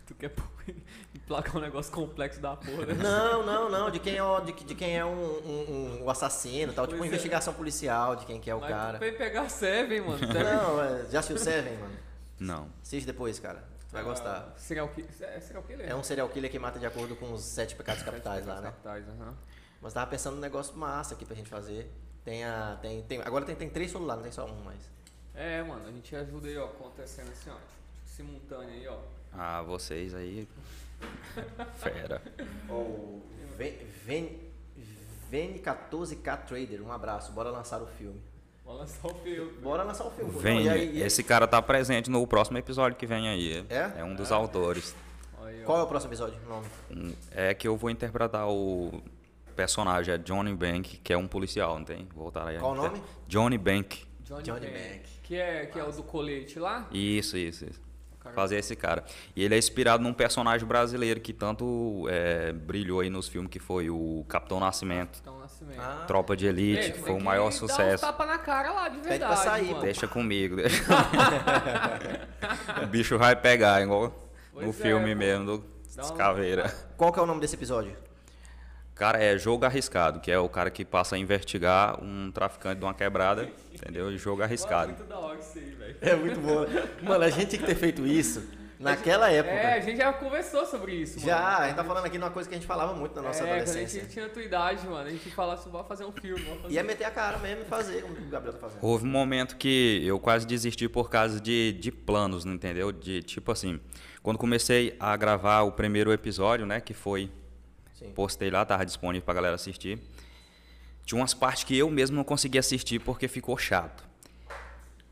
Tu quer pô- emplacar um negócio complexo da porra, né? Não, não, não. De quem é, o- de, de quem é um, um- um- o assassino e tal. Tipo, Pois é. investigação policial, de quem que é o Mas cara. tu vem pegar Seven, mano. tá Seven. Não, é, já assistiu Seven, mano? Não. Assiste depois, cara. Tu vai gostar. Serial killer. É serial killer? É um serial killer que mata de acordo com os sete pecados capitais lá, né? capitais, Mas tava pensando num negócio massa aqui pra gente fazer. Tem a. Tem, tem, agora tem, tem três celulares, não tem só um mais. É, mano, a gente ajuda aí, ó, acontecendo assim, ó, simultâneo aí, ó. Ah, vocês aí. Fera. Ou Ven, Ven, Ven14K Trader, um abraço, bora lançar o filme. Bora lançar o filme. Bora lançar o filme. Vem, Não, e aí- e- esse cara tá presente no próximo episódio que vem aí. É? É um dos autores. Qual é o próximo episódio? O nome? Hum, É que eu vou interpretar o personagem, é Johnny Bank, que é um policial, não tem? Voltar aí. Qual o nome? Johnny Bank. Johnny, Johnny Mac. Que é, que é o do colete lá? Isso, isso, isso. Caramba. Fazer esse cara. E ele é inspirado num personagem brasileiro que tanto é, brilhou aí nos filmes, que foi o Capitão Nascimento. Capitão Nascimento. Ah. Tropa de Elite, Então, assim, Ah. Ei, que tu foi tem o maior que Dá uns sucesso. tapa na cara lá, de verdade. mano. Deixa comigo. deixa- o bicho vai pegar, igual no Pois é, filme mano. mesmo, do Dá um- Caveira. Qual que é o nome desse episódio? Cara, é jogo arriscado, que é o cara que passa a investigar um traficante de uma quebrada, entendeu? E Jogo arriscado. Muito da hora isso aí, velho. É muito bom. Mano, a gente tinha que ter feito isso naquela época. É, a gente já conversou sobre isso, mano. Já, a gente tá falando aqui de uma coisa que a gente falava muito na nossa é, adolescência. quando a gente tinha a tua idade, mano, a gente falava assim, bora fazer um filme, bora é fazer Ia meter a cara mesmo e fazer, como o Gabriel tá fazendo. Houve um momento que eu quase desisti por causa de, de planos, não entendeu? De tipo assim, quando comecei a gravar o primeiro episódio, né, que foi Sim. postei lá, tava disponível pra galera assistir. Tinha umas partes que eu mesmo não conseguia assistir porque ficou chato.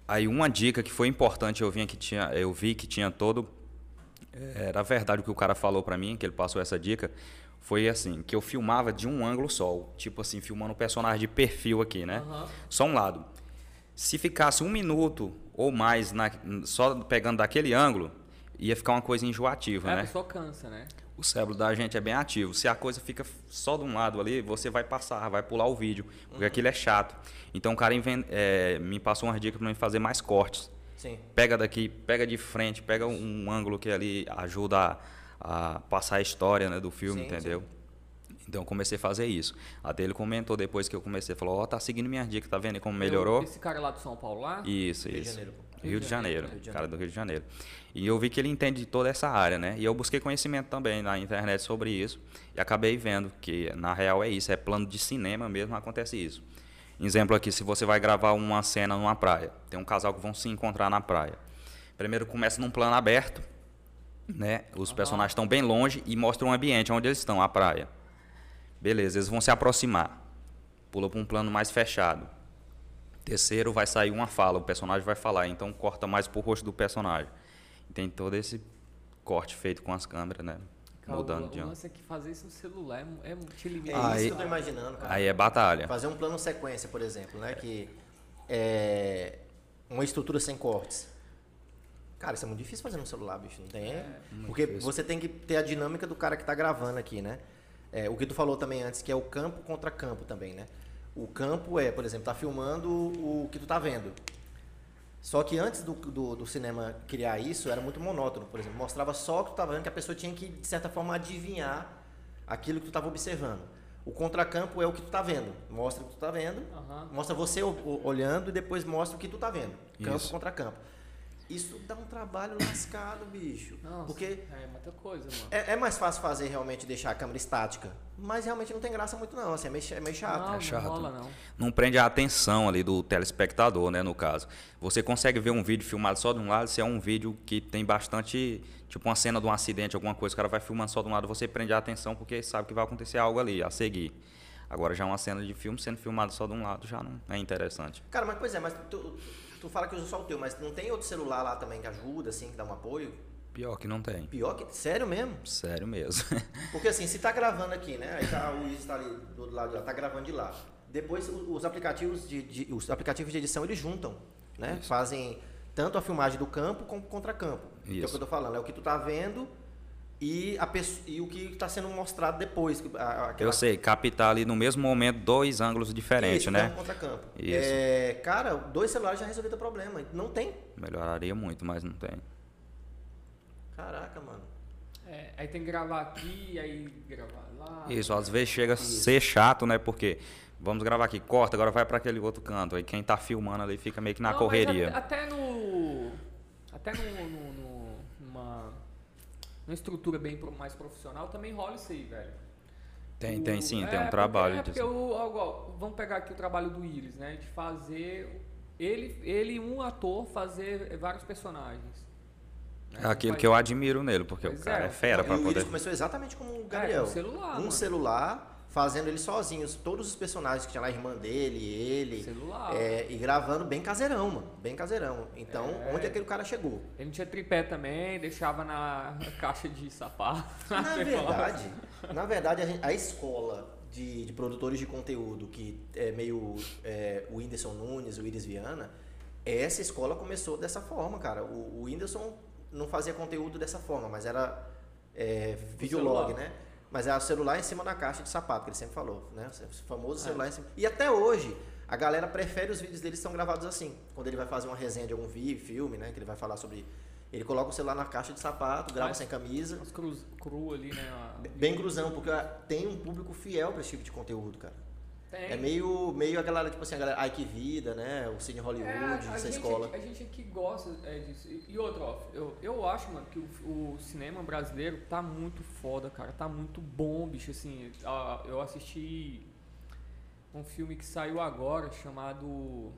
Aí uma dica que foi importante, eu vim que tinha, eu vi que tinha todo era verdade o que o cara falou pra mim, que ele passou essa dica, foi assim, que eu filmava de um ângulo só, tipo assim, filmando o personagem de perfil aqui, né? Aham. Só um lado. Se ficasse um minuto ou mais na- só pegando daquele ângulo, ia ficar uma coisa enjoativa, É, a né? pessoa cansa, né? O cérebro da gente é bem ativo. Se a coisa fica só de um lado ali, você vai passar, vai pular o vídeo, Uhum. porque aquilo é chato. Então o cara inven- eh, me passou umas dicas para mim fazer mais cortes. Sim. Pega daqui, pega de frente, pega um ângulo que ali ajuda a, a passar a história né, do filme, Sim, entendeu? Então eu comecei a fazer isso. Até ele comentou depois que eu comecei, falou, ó, tá seguindo minhas dicas, tá vendo como melhorou? Esse cara lá do São Paulo lá? Isso, Rio de isso. Janeiro. Rio de Janeiro, Tá? Rio de Janeiro. cara do Rio de Janeiro. E eu vi que ele entende de toda essa área, né? E eu busquei conhecimento também na internet sobre isso e acabei vendo que na real é isso, é plano de cinema mesmo acontece isso. Exemplo aqui, se você vai gravar uma cena numa praia, tem um casal que vão se encontrar na praia. Primeiro começa num plano aberto, né? Os personagens estão bem longe e mostram o ambiente onde eles estão, a praia. Beleza, eles vão se aproximar. Pula para um plano mais fechado. Terceiro vai sair uma fala, o personagem vai falar, então corta mais pro rosto do personagem. Tem todo esse corte feito com as câmeras, né? Cara, Mudando o, de o ângulo. lance é que fazer isso no celular é, mu- é muito limitado. É isso que eu tô imaginando, cara. Aí é batalha. Fazer um plano sequência, por exemplo, né? Que é uma estrutura sem cortes. Cara, isso é muito difícil fazer no celular, bicho. Não tem. Porque você tem que ter a dinâmica do cara que tá gravando aqui, né? É, o que tu falou também antes, que é o campo contra campo também, né? O campo é, por exemplo, tá filmando o que tu tá vendo. Só que antes do, do, do cinema criar isso, era muito monótono. Por exemplo, mostrava só o que tu estava vendo, que a pessoa tinha que, de certa forma, adivinhar aquilo que tu estava observando. O contracampo é o que tu tá vendo. Mostra o que tu tá vendo, mostra você o- o- olhando e depois mostra o que tu tá vendo. Campo Isso. contra campo. Isso dá um trabalho lascado, bicho. porque É muita coisa, mano. é, é mais fácil fazer realmente deixar a câmera estática. Mas realmente não tem graça muito não, assim, é meio, ch- é meio Ah, tá chato. Não, não Chato. rola, não. Não prende a atenção ali do telespectador, né, no caso. Você consegue ver um vídeo filmado só de um lado, se é um vídeo que tem bastante, tipo uma cena de um acidente, alguma coisa, o cara vai filmando só de um lado, você prende a atenção porque sabe que vai acontecer algo ali, a seguir. Agora já uma cena de filme sendo filmado só de um lado já não é interessante. Cara, mas pois é, mas tu, tu fala que usa só o teu, mas não tem outro celular lá também que ajuda, assim, que dá um apoio? Pior que não tem. Pior que. Sério mesmo? Sério mesmo. Porque assim, se tá gravando aqui, né? Aí tá, o Luiz tá ali do outro lado, já tá gravando de lá. Depois o- os aplicativos de, de- os aplicativos de edição eles juntam, né? Fazem tanto a filmagem do campo como contra campo. Que é o que eu tô falando, é o que tu tá vendo e, a pesso- e o que tá sendo mostrado depois. que- a- a- aquela- Eu sei, captar ali no mesmo momento dois ângulos diferentes, Isso, então, né? campo contra campo. Isso. um É, cara, dois celulares já resolveram o problema. Não tem. Melhoraria muito, mas não tem. Caraca, mano. É, aí tem que gravar aqui, aí gravar lá. Isso, às vezes chega a ser chato, né? Porque vamos gravar aqui, corta, agora vai para aquele outro canto. Aí quem tá filmando ali fica meio que na Não, mas correria. at- Até no. Até no, no- no- numa, numa estrutura bem pro- mais profissional também rola isso aí, velho. Tem, tem sim, É, tem um porque- trabalho É porque disso. o, ó, ó, vamos pegar aqui o trabalho do Iris, né? De fazer ele, ele um ator fazer vários personagens. É Aquilo que eu admiro nele, porque o Pois cara é. é fera E para o Willis poder. começou exatamente como o Gabriel. com celular, Um mano. celular, fazendo ele sozinho. Todos os personagens que tinha lá, a irmã dele, ele. Celular. é, e gravando bem caseirão, mano. Bem caseirão. Então, É. onde aquele cara chegou? Ele não tinha tripé também, deixava na caixa de sapato. Na verdade, na verdade a, gente- a escola de, de produtores de conteúdo, que é meio é, o Whindersson Nunes, o Iris Viana, essa escola começou dessa forma, cara. O, o Whindersson não fazia conteúdo dessa forma, mas era é, videolog, celular. né? Mas era o celular em cima da caixa de sapato, que ele sempre falou, né? O famoso É. celular em cima. E até hoje, a galera prefere os vídeos dele que são gravados assim. Quando ele vai fazer uma resenha de algum vi- filme, né? Que ele vai falar sobre. Ele coloca o celular na caixa de sapato, grava Mas- sem camisa. Mas cruz, cru ali, né? a- Bem gruzão, porque tem um público fiel pra esse tipo de conteúdo, cara. Tem. É meio, meio a galera, tipo assim, a galera, ai que vida, né? O Cine Hollywood, É, a- a essa gente escola. aqui- a gente aqui gosta é, disso. E, e outra, ó, eu, eu acho, mano, que o, o cinema brasileiro tá muito foda, cara. Tá muito bom, bicho. Assim, a- eu assisti um filme que saiu agora chamado.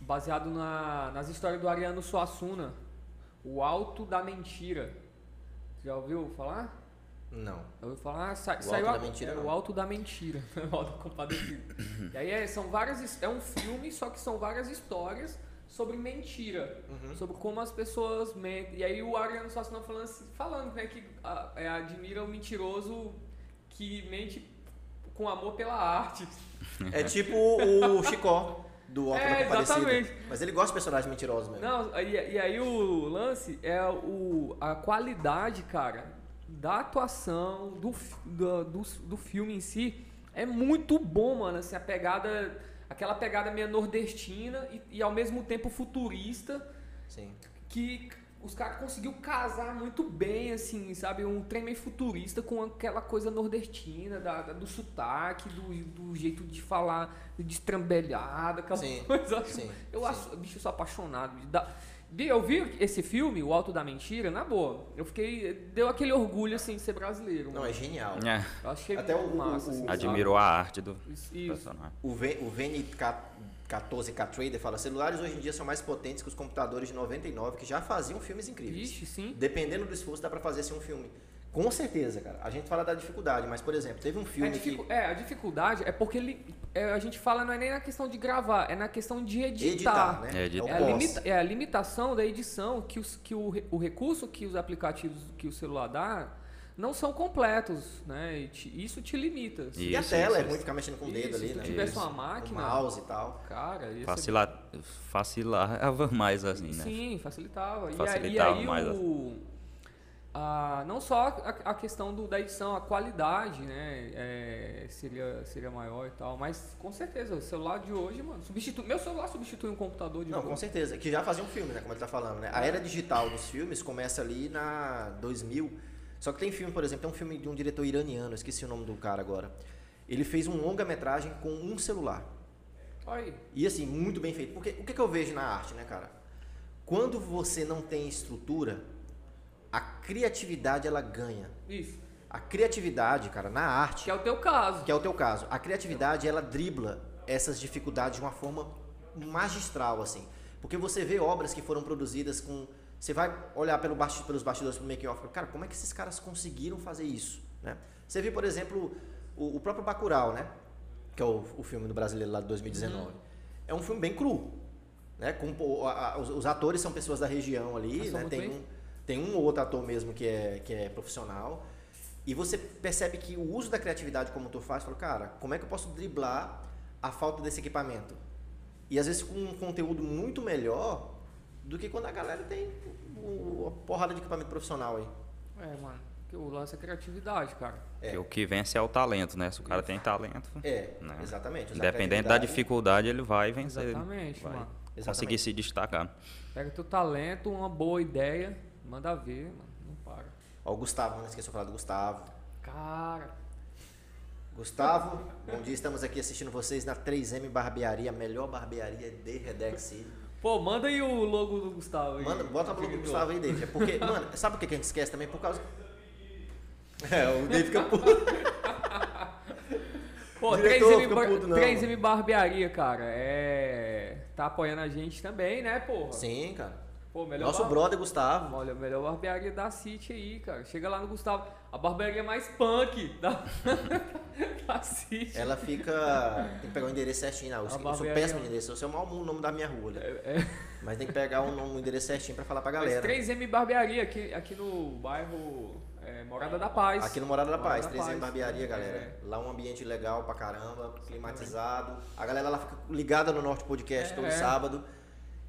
Baseado na, nas histórias do Ariano Suassuna. O Alto da Mentira. Já ouviu falar? tipo Não. Eu vou falar, ah, sa- O saiu Alto a- da Mentira, é, não. o alto da mentira, o alto compadecido. e aí é, são várias, his- é um filme, só que são várias histórias sobre mentira, Uhum. sobre como as pessoas mentem. E aí o Ariano Suassuna falando, assim- falando né, que ah, é, admira o mentiroso que mente com amor pela arte. Uhum. É tipo o Chicó, do Alto É, da Compadecida. exatamente. Mas ele gosta de personagens mentirosos mesmo. Não, e, e aí o lance é o, a qualidade, cara, da atuação, do, fi- do, do, do filme em si, é muito bom, mano. Assim, a pegada, aquela pegada meio nordestina e, e ao mesmo tempo futurista, Sim. que os caras conseguiu casar muito bem, assim, sabe? Um trem meio futurista com aquela coisa nordestina, da, da- do sotaque, do, do jeito de falar, destrambelhada, aquela Sim, coisa. Eu sim, eu acho, bicho, eu sou apaixonado. bicho. Da- Vi- Eu vi esse filme, O Alto da Mentira, na boa. Eu fiquei. Deu aquele orgulho, assim, de ser brasileiro. Não, mano. é genial. É. Eu achei Até o- massa. o- assim, Admirou a sabe? arte do Isso, isso. personagem. O, v, o VN14K Trader fala: celulares hoje em dia são mais potentes que os computadores de 99 que já faziam filmes incríveis. Ixi, sim. Dependendo do esforço, dá pra fazer assim, um filme. Com certeza, cara. A gente fala da dificuldade, mas, por exemplo, teve um É, filme que. dificu- é, a dificuldade é porque ele, é, a gente fala não é nem na questão de gravar, é na questão de Editar, editar. né? É, editar. É, a limita- é a limitação da edição que, os- que o, re- o recurso que os aplicativos que o celular dá não são completos, né? E te- isso te limita. Se e a isso- tela é isso- muito ficar mexendo com o dedo isso, ali, se tu né? tivesse uma Com máquina, Uhum. mouse e tal. cara, é ia ser- Facila- Facilitava mais assim, né? Sim, facilitava. E a- Facilitava e, aí mais o, a, não só a, a questão do, da edição, a qualidade, né? é, seria, seria maior e tal. Mas com certeza, o celular de hoje, mano, substitui. Meu celular substitui um computador de Não, hoje. com certeza. Que já fazia um filme, né? Como ele tá falando, né? A era digital dos filmes começa ali na 2000. Só que tem filme, por exemplo, tem um filme de um diretor iraniano, eu esqueci o nome do cara agora. Ele fez um longa-metragem com um celular. Olha aí. E assim, muito bem feito. Porque o que, que eu vejo na arte, né, cara? Quando você não tem estrutura, a criatividade ela ganha. Isso. A criatividade, cara, na arte. Que é o teu caso. Que é o teu caso. A criatividade, ela dribla essas dificuldades de uma forma magistral, assim. Porque você vê obras que foram produzidas com. Você vai olhar pelo basti- pelos bastidores pro make-off e fala, cara, como é que esses caras conseguiram fazer isso? Né? Você vê, por exemplo, o, o próprio Bacurau, né? Que é o, o filme do brasileiro lá de 2019. É um filme bem cru. Né? Com, po- a- a- os, os atores são pessoas da região ali, Mas são né? muito Tem bem um, tem um ou outro ator mesmo que é, que é profissional. E você percebe que o uso da criatividade como tu faz, fala, cara, como é que eu posso driblar a falta desse equipamento? E às vezes com um conteúdo muito melhor, do que quando a galera tem o- a porrada de equipamento profissional aí. É, mano. Porque o lance é criatividade, cara. Porque o que vence é o talento, né? Se o cara tem talento. É, exatamente, usar Né? Independente da criatividade. dificuldade, ele vai vencer. ele Exatamente, vai mano. Conseguir se destacar. Pega teu talento, uma boa ideia, manda ver, mano. Não para. Ó, o Gustavo, não esqueça de falar do Gustavo. Cara. Gustavo, bom dia, estamos aqui assistindo vocês na 3M Barbearia, a melhor barbearia de Redex City. Pô, manda aí o logo do Gustavo aí. Manda, bota o logo do Gustavo aí, David. É porque, mano, sabe o que que a gente esquece também? Por causa. É, o David fica puto. Pô, Diretor, 3M, fica bar... puto, não. 3M Barbearia, cara. É. Tá apoiando a gente também, né, porra? Sim, cara. Pô, melhor Nosso bar- brother Gustavo. Olha, a melhor barbearia da City aí, cara. Chega lá no Gustavo. A barbearia mais punk da, da City. Ela fica. Tem que pegar o endereço certinho lá. Eu, A eu sou barbearia- péssimo em endereço, eu sei o mau nome da minha rua. né? Mas tem que pegar o nome, o endereço certinho pra falar pra Mas galera. 3M Barbearia aqui, aqui no bairro é, Morada da Paz. Aqui no Morada da Paz, 3M Paz. Barbearia, galera. É. Lá um ambiente legal pra caramba, climatizado. A galera lá fica ligada no Norte Podcast É, todo é. sábado.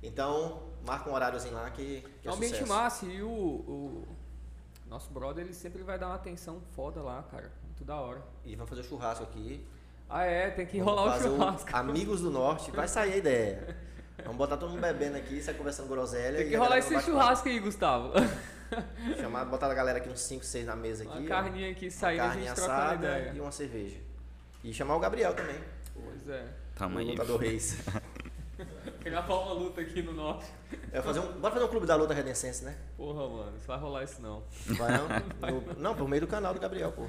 Então, marca um horáriozinho lá que, que É é um ambiente sucesso. massa e o, o nosso brother ele sempre vai dar uma atenção foda lá, cara. Muito da hora. E vamos fazer o churrasco aqui. Ah, é, tem que Vamos enrolar o fazer um churrasco. Amigos do Norte, vai sair a ideia. Vamos botar todo mundo bebendo aqui, sai conversando groselha. Tem que e a rolar galera esse no bate-papo. churrasco aí, Gustavo. Chamar, botar a galera aqui uns 5, 6 na mesa aqui. Uma ó. carninha aqui Uma saindo, a carne gente trocando assada ideia. E um uma cerveja. E chamar o Gabriel também. Pois é. Tamo o aí. lutador Reis. Gravar uma luta aqui no norte. É, fazer um, bora fazer um clube da luta redensense, né? Porra, mano, isso vai rolar isso não. Vai não? No- não, por meio do canal do Gabriel, pô.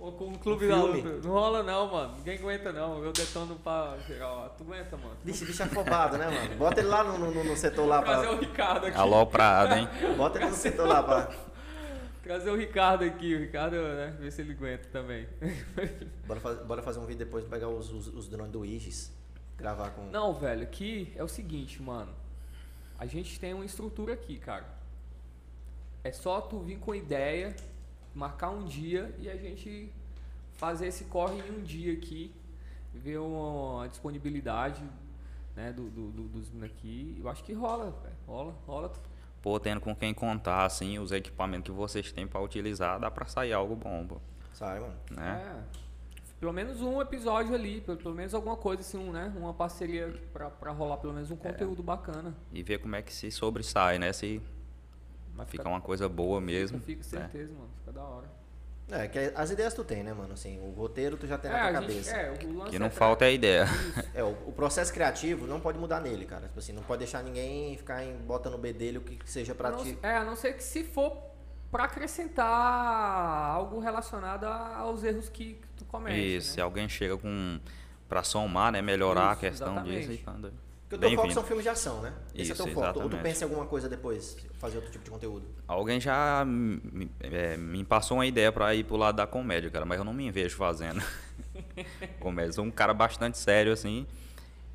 Ou com o clube Um da filme. luta. Não rola não, mano. Ninguém aguenta não. Eu detono pra geral. Tu aguenta, mano. Vixe, bicho afobado, né, mano? Bota ele lá no, no, no setor lá pra. Trazer o Ricardo aqui. Aloprado, hein? um- Bota ele no setor lá pra. Trazer o Ricardo aqui, o Ricardo, né? Ver se ele aguenta também. Bora fazer, bora fazer um vídeo depois pegar os, os, os drones do Igis. Gravar com. Não, velho, aqui é o seguinte, mano. A gente tem uma estrutura aqui, cara. É só tu vir com ideia, marcar um dia e a gente fazer esse corre em um dia aqui, ver uma, a disponibilidade né, do, do, do- dos meninos aqui. Eu acho que rola, velho. Rola, rola. Pô, tendo com quem contar, assim, os equipamentos que vocês têm pra utilizar, dá pra sair algo bom, pô. Sai, mano. É? Né? Pelo menos um episódio ali, pelo, pelo menos alguma coisa assim, um, né? Uma parceria pra, pra rolar pelo menos um conteúdo bacana. E ver como é que se sobressai, né? Se Mas fica fica- É. uma coisa boa mesmo. Fica, fica né? certeza, mano. Fica da hora. É, que as ideias tu tem, né, mano? Assim, o roteiro tu já tem na É, tua a gente- cabeça. é, o lance Que não é falta a ideia. É, o, o processo criativo não pode mudar nele, cara. Tipo assim, não pode deixar ninguém ficar em, bota no bedelho o que que seja pra A não ti. ser- É, a não ser que se for pra acrescentar algo relacionado a- aos erros que, que tu comete. né? Isso, se é alguém chega com. pra somar, né? Melhorar a Isso, questão disso. exatamente. e manda. Porque o teu foco Bem-vindo. são filmes de ação, né? Esse Isso, é o teu foco. Ou tu exatamente. pensa em alguma coisa depois, fazer outro tipo de conteúdo. Alguém já me, é, me passou uma ideia pra ir pro lado da comédia, cara, mas eu não me vejo fazendo. comédia. Sou um cara bastante sério, assim.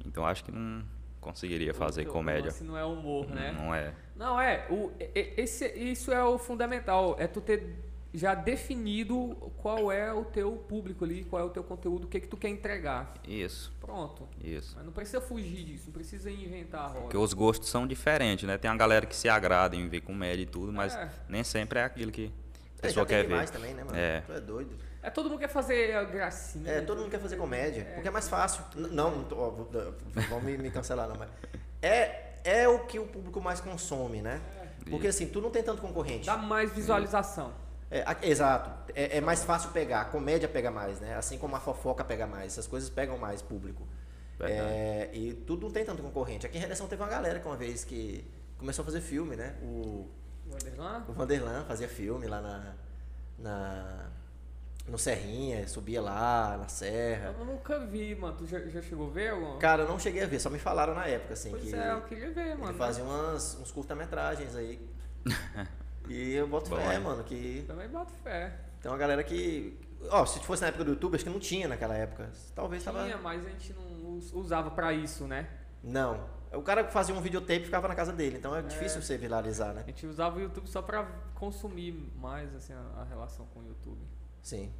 Então acho que não conseguiria fazer Então, comédia. Se não é humor, né? Não é. Não, é. O, e- e- esse, isso é o fundamental. É tu ter já definido qual é o teu público ali, qual é o teu conteúdo, o que, que tu quer entregar. Isso. Pronto. Isso. Mas não precisa fugir disso, não precisa inventar a roda. Porque os gostos são diferentes, né? Tem uma galera que se agrada em ver comédia e tudo, mas É. nem sempre é aquilo que a É, pessoa já tem quer ver. demais também, né, mano? É. Tu é doido. É, todo mundo quer fazer a gracinha. É, todo mundo quer fazer comédia, porque é mais fácil. N- Não, não tô- ó, vou- vão me, me cancelar, não, mas. É, é o que o público mais consome, né? Porque assim, tu não tem tanto concorrente. Dá mais visualização. É, a- exato. É, é mais fácil pegar. A comédia pega mais, né? Assim como a fofoca pega mais. Essas coisas pegam mais público. Verdade. É, e tudo não tem tanto concorrente. Aqui em Redenção teve uma galera que uma vez que começou a fazer filme, né? O, Vanderlan? o Vanderlan fazia filme lá na, na- no Serrinha, subia lá na É. Serra. Eu nunca vi, mano. Tu já, já chegou a ver alguma? Cara, eu não cheguei a ver, só me falaram na época, assim, Pois que é, eu queria ver, ele mano. fazia umas, uns curta-metragens aí. e eu boto Bom, fé, hein? mano, que Também boto fé. tem uma galera que... Ó, se fosse na época do YouTube, acho que não tinha naquela época. Talvez Tá Tinha, tava... mas a gente não us- usava pra isso, né? Não. O cara que fazia um videotape e ficava na casa dele, então é, difícil você viralizar, né? A gente usava o YouTube só pra consumir mais, assim, a, a relação com o YouTube. Sim.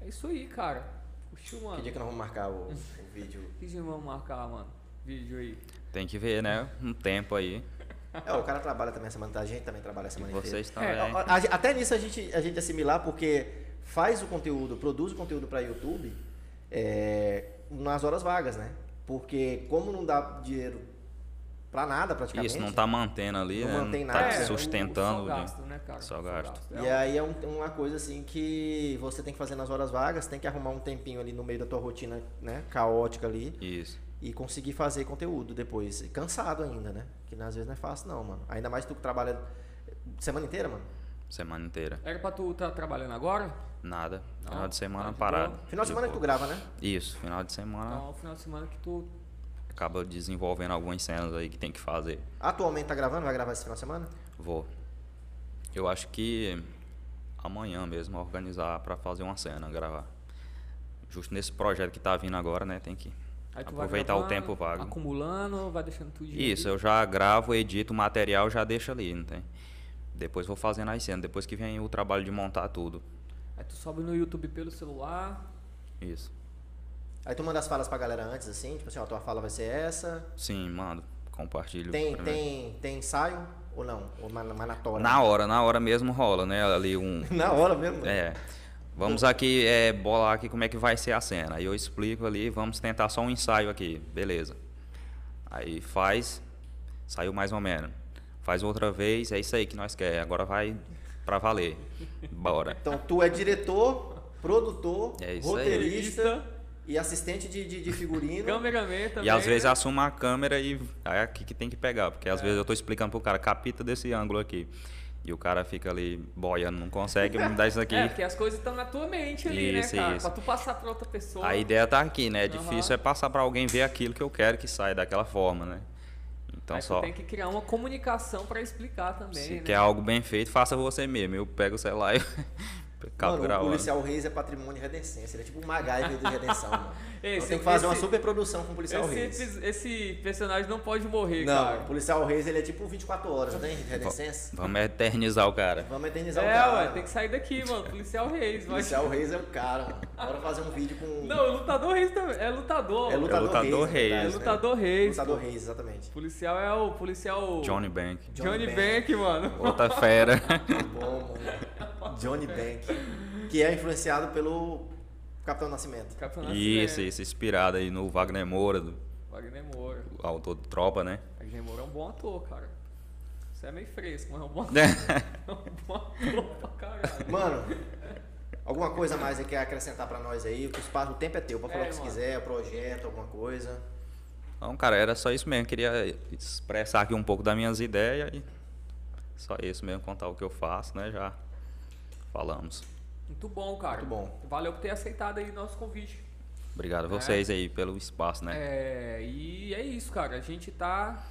É isso aí, cara. Puxa, mano. Que dia que nós vamos marcar o, o vídeo? Que dia vamos marcar, mano? Vídeo aí. Tem que ver, né? Um tempo aí. É, o cara trabalha também essa semana, a gente também trabalha essa semana vocês inteira. também. É, a- a- até nisso a gente, a gente assimilar, porque faz o conteúdo, produz o conteúdo para YouTube é, nas horas vagas, né? Porque como não dá dinheiro para nada praticamente. Isso, não tá mantendo ali, Não né? mantém não nada. tá É, sustentando. o- o só gasto, né, cara? Só gasto. E aí é um- uma coisa assim que você tem que fazer nas horas vagas, tem que arrumar um tempinho ali no meio da tua rotina, né, caótica ali. Isso. E conseguir fazer conteúdo depois. E Cansado ainda, né? Que às vezes não é fácil não, mano. Ainda mais tu que trabalha semana inteira, mano. Semana inteira. Era pra tu tá trabalhando agora? Nada. Não, Final de semana tá de parado. boa. Final de semana que tu grava, né? Isso, final de semana Então, final de semana que tu. acaba desenvolvendo algumas cenas aí que tem que fazer. Atualmente tá gravando? Vai gravar esse final de semana? Vou. Eu acho que amanhã mesmo eu organizar pra fazer uma cena, gravar. Justo nesse projeto que tá vindo agora, né? Tem que Aí tu vai aproveitar o gravando, tempo vago. Acumulando, vai deixando tudo de Isso, eu já gravo, edito o material, já deixo ali, não tem? Depois vou fazendo as cenas, depois que vem o trabalho de montar tudo. Aí tu sobe no YouTube pelo celular. Isso. Aí tu manda as falas pra galera antes, assim, tipo assim, ó, tua fala vai ser essa. Sim, mando. Compartilho. Tem, primeiro. tem, tem ensaio ou não? Ou ma- mas na tora? Na hora, na hora mesmo rola, né? Ali um. Na hora mesmo? É. Vamos aqui é, bolar aqui como é que vai ser a cena. Aí eu explico ali, vamos tentar só um ensaio aqui, beleza. Aí faz, saiu mais ou menos. Faz outra vez, é isso aí que nós quer. Agora vai pra valer. Bora. Então tu é diretor, produtor, É isso aí. roteirista e assistente de, de, de figurino. Cameraman E às vezes né? assuma a câmera e aí é aqui que tem que pegar, porque às vezes eu tô explicando pro cara, capita desse ângulo aqui. E o cara fica ali boiando, não consegue, me dá isso aqui. É, porque as coisas estão na tua mente ali, Isso, né, cara? isso. Pra tu passar pra outra pessoa. A ideia tá aqui, né? É Aham. difícil é passar pra alguém ver aquilo que eu quero que saia daquela forma, né? Então Aí só tu tem que criar uma comunicação pra explicar também, se né? quer algo bem feito, faça você mesmo. Eu pego o celular e acabo Mano, o gravando. policial Reis é patrimônio de redencença. Ele é tipo o MacGyver de redenção, mano. Esse- Então tem que fazer uma esse- superprodução com é o policial esse, Reis. epi- esse personagem não pode morrer, Não, cara. o policial Reis ele é tipo 24 horas, não tem redencença? Vamos eternizar o cara. Vamos eternizar o É, cara. ué, tem que sair daqui, mano. Policial Reis, vai. Policial Reis é o cara, mano. Bora fazer um vídeo com. Não, é lutador Reis também. É lutador. É lutador, Reis, na É verdade, né? lutador Reis. Lutador pô. Reis, exatamente. Policial é o policial. Johnny Bank. Johnny, Johnny Bank, mano. Outra fera. Bom, mano. Johnny Bank. Que é influenciado pelo Capitão Nascimento. Capitão Isso, isso, inspirado aí no Wagner Moura, do Wagner Moura. o autor de Tropa, né? Wagner Moura é um bom ator, cara. Você é meio fresco, mas é um bom ator. é um bom ator pra caralho. Mano, alguma coisa mais aí quer acrescentar pra nós aí? O espaço, o tempo é teu, pra falar É, o que você mano. quiser, projeto, alguma coisa. Então, cara, era só isso mesmo. Queria expressar aqui um pouco das minhas ideias e só isso mesmo, contar o que eu faço, né? Já falamos. Muito bom, cara. Muito bom. Valeu por ter aceitado aí nosso convite. Obrigado a vocês aí pelo espaço, né? É, e é isso, cara. A gente tá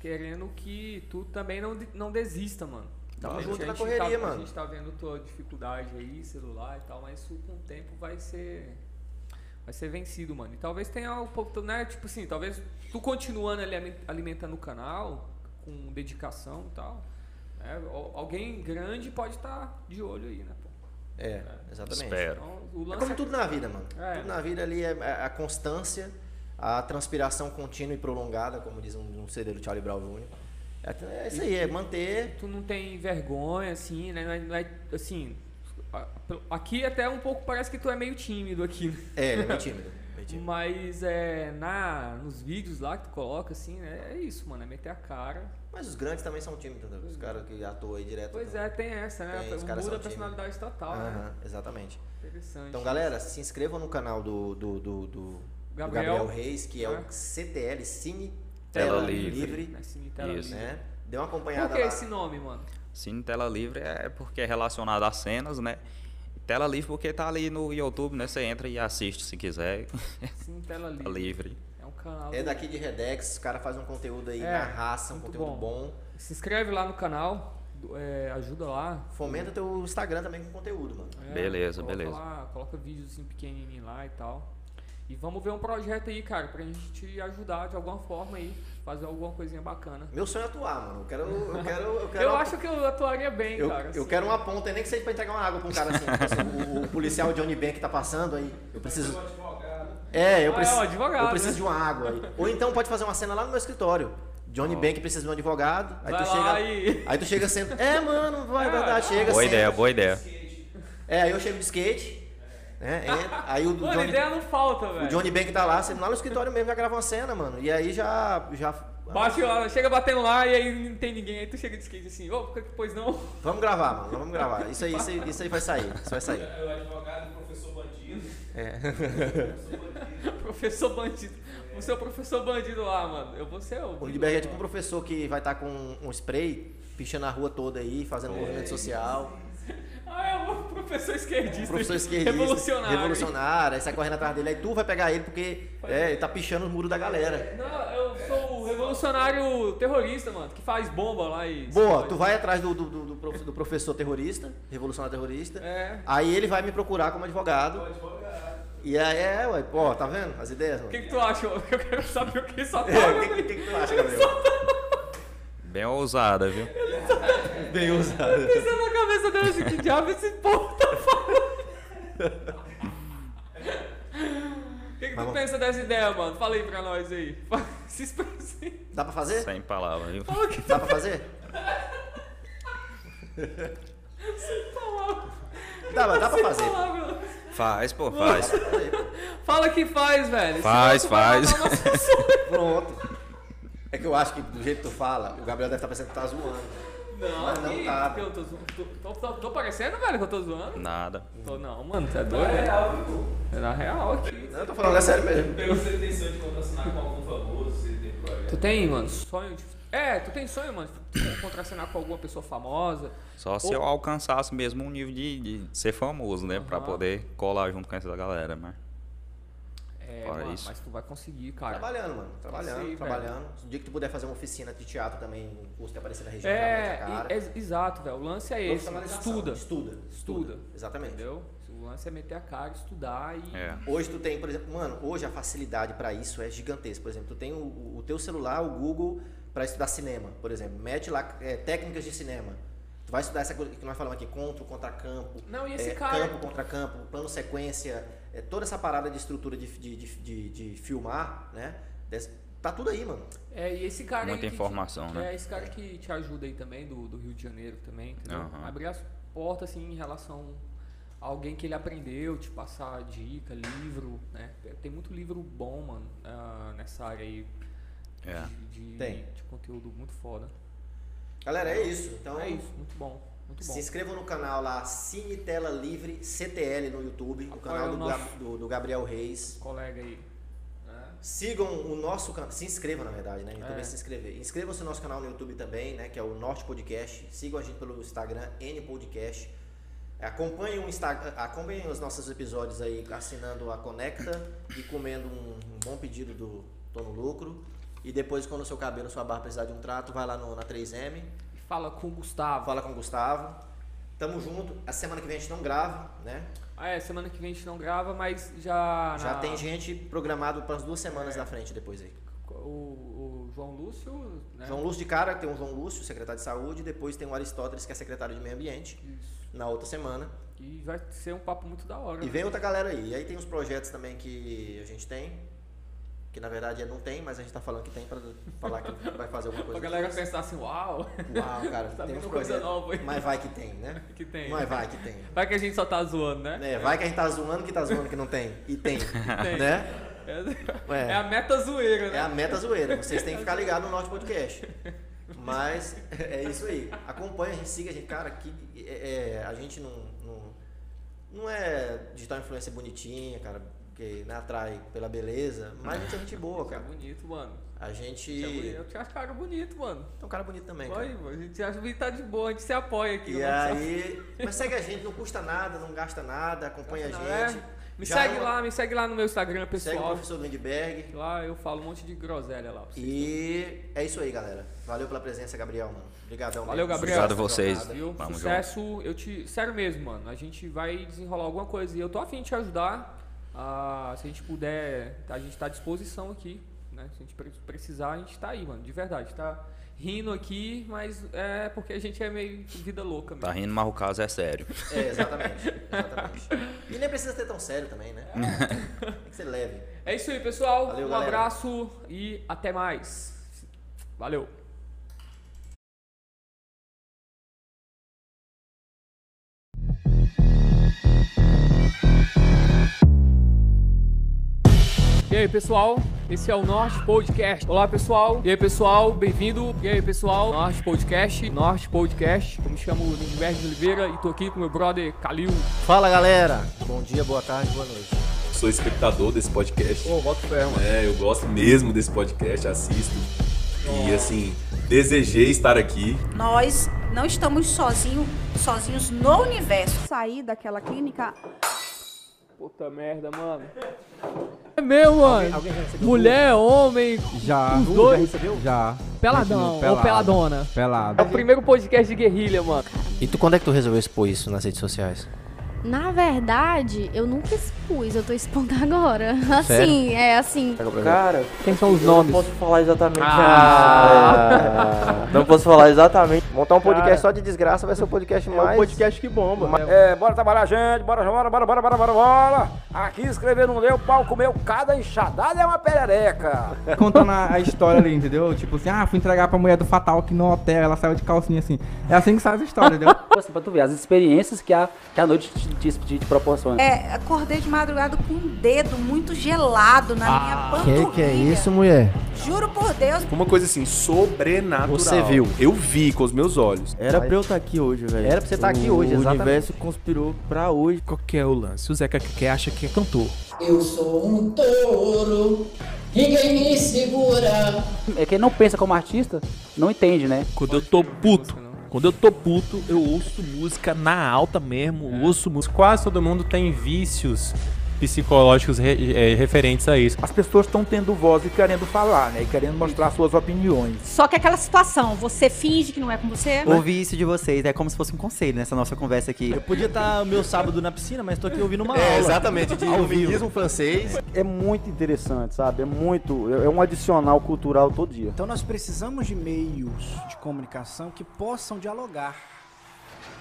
querendo que tu também não, de- não desista, mano. Tamo A gente- junto a na gente correria, tá, A mano. gente tá vendo tua dificuldade aí, celular e tal, mas isso com o tempo vai ser. Vai ser vencido, mano. E talvez tenha um pouco, né? Tipo assim, talvez tu continuando ali aliment- alimentando o canal, com dedicação e tal. né? Al- Alguém grande pode estar de olho aí, né, pô? É, exatamente. Espero. Então, o É lance como tudo na vida, mano. É. Tudo na vida ali é é a constância, a transpiração contínua e prolongada, como diz um, um CD do Charlie Brown Jr. É, é isso aí, é manter. Tu não tem vergonha, assim, né? Não é, não é- assim, a- pelo- aqui até um pouco parece que tu é meio tímido aqui. né? É, ele é meio tímido. meio tímido. Mas é, na, nos vídeos lá que tu coloca, assim, né? É isso, mano. É meter a cara. Mas os grandes também são tímidos, né? os caras que atuam aí direto. Uhum. Pois né? é, tem essa, né? Tem, os caras Muda são a personalidade total, né? Aham, exatamente. Interessante. Então, galera, se inscrevam no canal do, do, do, do- do Gabriel. Gabriel. Reis, que é, É. o CTL Cine Tela Tela, Livre. Livre. Né, Cine Tela Isso. Livre. Né? Dê uma acompanhada Por que lá. esse nome, mano? Cine Tela Livre é porque é relacionado às cenas, né? Tela livre porque tá ali no YouTube, né? Você entra e assiste se quiser. Cine Tela Livre. Tá livre. É um canal. É do- daqui de Redex, os caras fazem um conteúdo aí É, na raça, um muito conteúdo bom. Se inscreve lá no canal, do- é, ajuda lá. Fomenta teu Instagram também com conteúdo, mano. É, Beleza, coloca beleza. lá, coloca vídeos assim pequenininho lá e tal. E vamos ver um projeto aí, cara, pra gente te ajudar de alguma forma aí, fazer alguma coisinha bacana. Meu sonho é atuar, mano. Eu quero. Eu, quero, eu, quero Eu acho que eu atuaria bem, eu, cara. eu assim. quero uma ponta, nem que seja pra entregar uma água pra um cara assim. tipo assim, o, o policial Johnny Bank tá passando aí. Eu preciso. É, eu Ah, preciso, é um advogado, eu preciso né? de uma água. aí. Ou então pode fazer uma cena lá no meu escritório. Johnny Bank precisa de um advogado. Aí Vai tu lá chega. e- Aí tu chega sendo. É, mano, vai, vai dar, chega. Boa senta. ideia, boa ideia. É, aí eu chego de skate. Né? entra, aí o Mano, Johnny, ideia não falta, velho. o Johnny Bank tá lá, sendo lá no escritório mesmo, já grava uma cena, mano. E aí já. já Bate lá, chega batendo lá e aí não tem ninguém. Aí tu chega de skate assim, ô, por que- pois não? Vamos gravar, mano. Vamos gravar. Isso aí, isso aí, isso aí vai sair. Isso vai sair. o advogado professor bandido. É. professor bandido. O seu professor bandido lá, mano. Eu vou ser o. O Lindbergh é tipo um professor que vai estar com um spray, pichando a rua toda aí, fazendo movimento social. Ah, é o professor esquerdista. Professor esquerdista. Revolucionário. Revolucionário. Aí sai correndo atrás dele. Aí tu vai pegar ele porque é, ele tá pichando o muro da galera. Não, eu sou o revolucionário terrorista, mano, que faz bomba lá e. Boa, tu vai atrás do, do, do- do prof- do professor terrorista, revolucionário terrorista. É. Aí ele vai me procurar como advogado. E aí, é, ué, pô, tá vendo as ideias? O Mano? que, que tu acha? Eu quero saber o que só tá. É, o que, que- que tu acha, Gabriel? Bem ousada, viu? Bem ousada. Pensando na cabeça dele assim, que diabo esse povo tá falando? O que, que tu Vamos. pensa dessa ideia, mano? Fala aí pra nós aí. Se expressa aí. Dá pra fazer? Sem palavras, viu? Fala o que tu Dá pra fazer? Sem palavra. Dá, mas dá pra Sem fazer. palavra. Faz, pô, faz. Fala que faz, velho. Faz, Senão tu vai faz. matar nossa- Pronto. É que eu acho que do jeito que tu fala, o Gabriel deve estar pensando que tá zoando. Não, Mas não que- tá. que eu tô, zo- tô, tô, tô parecendo, velho, que eu tô zoando? Nada. Tô não, mano, tu é doido? né? É na real aqui. Não, eu tô falando, é sério mesmo. Você tem sonho de contracionar com algum famoso? Você tem projeto? Tu tem, mano, sonho de. É, tu tem sonho, mano, de contracenar com alguma pessoa famosa. Só se Ou- eu alcançasse mesmo um nível de, de ser famoso, né? Pra poder colar junto com essa galera, mas. É, Fora mano, isso. mas tu vai conseguir, cara. Tá Trabalhando, mano. Trabalhando, Sim, velho. trabalhando. Se o dia que tu puder fazer uma oficina de teatro também, um curso que aparecer na região, É, já mete a e- ex- exato, velho. O lance é esse. Profissionalização. Estuda. Estuda. Estuda. Exatamente. Entendeu? O lance é meter a cara, estudar e. É. Hoje tu tem, por exemplo, mano, hoje a facilidade pra isso é gigantesca. Por exemplo, tu tem o, o teu celular, o Google, pra estudar cinema, por exemplo. Mete lá é, técnicas de cinema. Tu vai estudar essa coisa que nós falamos aqui, contra, contra-campo. Não, e esse é, cara- Campo, contra-campo, plano sequência, é, toda essa parada de estrutura de, de, de, de- de filmar, né? Des- Tá tudo aí, mano. É, e esse cara Muita aí que- informação, que, né? É, esse cara que te ajuda aí também, do, do Rio de Janeiro também, entendeu? Aham. Abrir as portas, assim, em relação a alguém que ele aprendeu, te passar dica, livro, né? Tem muito livro bom, mano, ah, nessa área aí. É. De, de- Tem. de conteúdo muito foda. Galera, é isso. Então, É isso, muito bom. Muito bom. Se inscrevam no canal lá, Cine Tela Livre CTL no YouTube, o canal o do, nosso- Gab- do- do Gabriel Reis. Colega aí. Sigam o nosso canal, se inscrevam na verdade, né? Eu É. também se inscrever. Inscrevam-se no nosso canal no YouTube também, né? Que é o Norte Podcast. Sigam a gente pelo Instagram, N Podcast. Acompanhem, o Instagram, acompanhem os nossos episódios aí, assinando a Conecta e comendo um, um bom pedido do Tô no Lucro. E depois, quando o seu cabelo, sua barba precisar de um trato, vai lá no- na 3M. Fala com o Gustavo. Fala com o Gustavo. Tamo junto. A semana que vem a gente não grava, né? Ah, é, semana que vem a gente não grava, mas já. Já na- tem gente programado para as duas semanas na frente depois aí. O, o João Lúcio. Né? João Lúcio de cara, tem o João Lúcio, secretário de saúde, depois tem o Aristóteles, que é secretário de meio ambiente, na outra semana. E vai ser um papo muito da hora. E né? vem outra galera aí. E aí tem os projetos também que a gente tem, que na verdade não tem, mas a gente tá falando que tem para falar que vai fazer alguma Pra coisa. galera pensar assim, uau. Uau, cara, tá tem vindo uns coisa projetos. nova aí. Mas vai que tem, né? Que tem. Mas vai que tem. Vai que a gente só tá zoando, né? É, vai que a gente tá zoando que tá zoando que não tem. E tem, né? É, É. é a meta zoeira, né? É a meta zoeira. Vocês têm que ficar ligados no nosso podcast. Mas é isso aí. Acompanha, a gente siga a gente. Cara, que, é, é, a gente não, não. Não é digital influencer bonitinha, cara, que né, atrai pela beleza, mas a gente é gente boa, cara. Bonito, mano. A Você é bonito. gente. Eu te acho cara bonito, mano. É um cara bonito também, Vai, cara. mano. A gente acha bonito, tá de boa, a gente se apoia aqui. né? E no WhatsApp. aí. Mas segue a gente, não custa nada, não gasta nada, acompanha Não, a é? gente. Me Já segue é uma- lá, me segue lá no meu Instagram, pessoal. Segue o professor Lindbergh. Lá eu falo um monte de groselha lá. pra vocês. E é isso aí, galera. Valeu pela presença, Gabriel, mano. Obrigadão. Valeu, mesmo. Gabriel. Obrigado a vocês. Viu? Vamos Sucesso. Eu te... Sério mesmo, mano. A gente vai desenrolar alguma coisa. E eu tô afim de te ajudar. Ah, se a gente puder, a gente tá à disposição aqui. né? Se a gente pre- precisar, a gente tá aí, mano. De verdade. Tá rindo aqui, mas é porque a gente é meio vida louca mesmo. Tá rindo, mas o caso é sério. É, exatamente. exatamente. E nem precisa ser tão sério também, né? Tem que ser leve. É isso aí, pessoal. Valeu, um galera. abraço e até mais. Valeu. E aí, pessoal? Esse é o Norte Podcast. Olá, pessoal. E aí, pessoal? Bem-vindo. E aí, pessoal? Norte Podcast. Norte Podcast. Eu me chamo Lindbergh de Oliveira e tô aqui com meu brother Kalil. Fala, galera. Bom dia, boa tarde, boa noite. É? Sou espectador desse podcast. Pô, bota fé, mano. É, eu gosto mesmo desse podcast, assisto. E assim, desejei estar aqui. Nós não estamos sozinhos, sozinhos no universo. Saí daquela clínica. Puta merda, mano. É meu, mano. Mulher, homem, Já. os dois. Já. Peladão Continua ou peladona? Pelado. É o primeiro podcast de guerrilha, mano. E tu quando é que tu resolveu expor isso nas redes sociais? Na verdade, eu nunca expus, eu tô expondo agora. Sério? Assim, é assim. Cara, quem são os nomes? Não posso falar exatamente. Ah. É, não posso falar exatamente. Montar um podcast Cara. só de desgraça vai ser o É podcast mais. podcast que bomba. É, bora trabalhar, gente, bora, bora, bora, bora, bora, bora, bora. Aqui escrever no leu, pau comeu, cada enxadada é uma perereca. Contando a a história ali, entendeu? Tipo assim, ah, fui entregar pra mulher do Fatal aqui no hotel, ela saiu de calcinha assim. É assim que sai essa história, entendeu? Assim, pra tu ver, as experiências que a, que a noite te, te, te, te proporciona. É, acordei de madrugada com um dedo muito gelado na minha panturrilha. é isso, mulher? Juro por Deus. Uma coisa assim, sobrenatural. Você viu? Eu vi com os meus olhos. Era pra eu estar aqui hoje, velho. Era pra você tá estar aqui hoje, O exatamente. universo conspirou pra hoje. Qual que é o lance? O Zeca que acha que é cantor. Eu sou um touro, ninguém me segura. É quem não pensa como artista, não entende, né? Quando eu tô puto, quando eu tô puto, eu ouço música na alta mesmo, ouço música. É. Quase todo mundo tem vícios psicológicos re- eh, referentes a isso. As pessoas estão tendo voz e querendo falar, né? E querendo mostrar suas opiniões. Só que é aquela situação, você finge que não é com você. Ouvir isso de vocês é como se fosse um conselho nessa nossa conversa aqui. Eu Podia estar o meu sábado na piscina, mas tô aqui ouvindo uma aula. É, exatamente, Ao vivo. francês. É muito interessante, sabe? É muito. É um adicional cultural todo dia. Então nós precisamos de meios de comunicação que possam dialogar,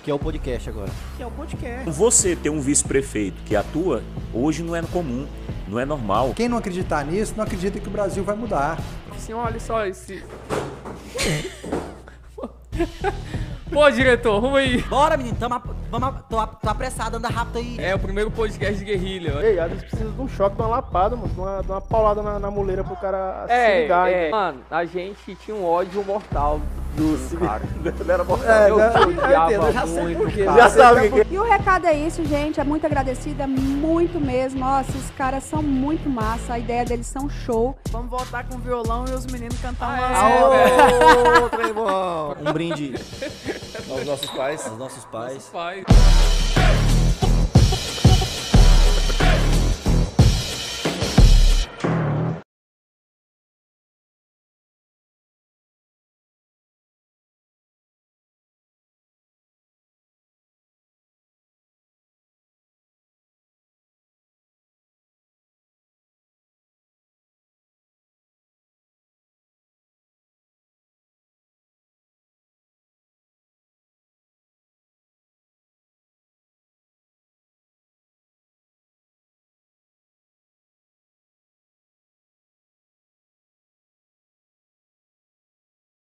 Que é o podcast agora. que é o podcast. Você ter um vice-prefeito que atua hoje não é comum, não é normal. Quem não acreditar nisso, não acredita que o Brasil vai mudar. Assim, olha só esse. Pô, diretor, vamos aí. Bora, menino, tamo, ap- vamos, ap- tô, ap- tô apressado, anda rápido aí. É o primeiro podcast de guerrilha. ó. Ei, às vezes precisa de um choque, de uma lapada, mano, de uma, de uma paulada na, na muleira pro cara se É, ligar. é. mano, a gente tinha um ódio mortal do cara. Não era mortal. é, eu né? odiava muito, cara. E o recado é isso, gente. É muito agradecida, muito mesmo. Ó, esses caras são muito massa. A ideia deles são show. Vamos voltar com o violão e os meninos cantar uma é. né? Um brinde. Aos nossos pais. Aos nossos pais. Pai.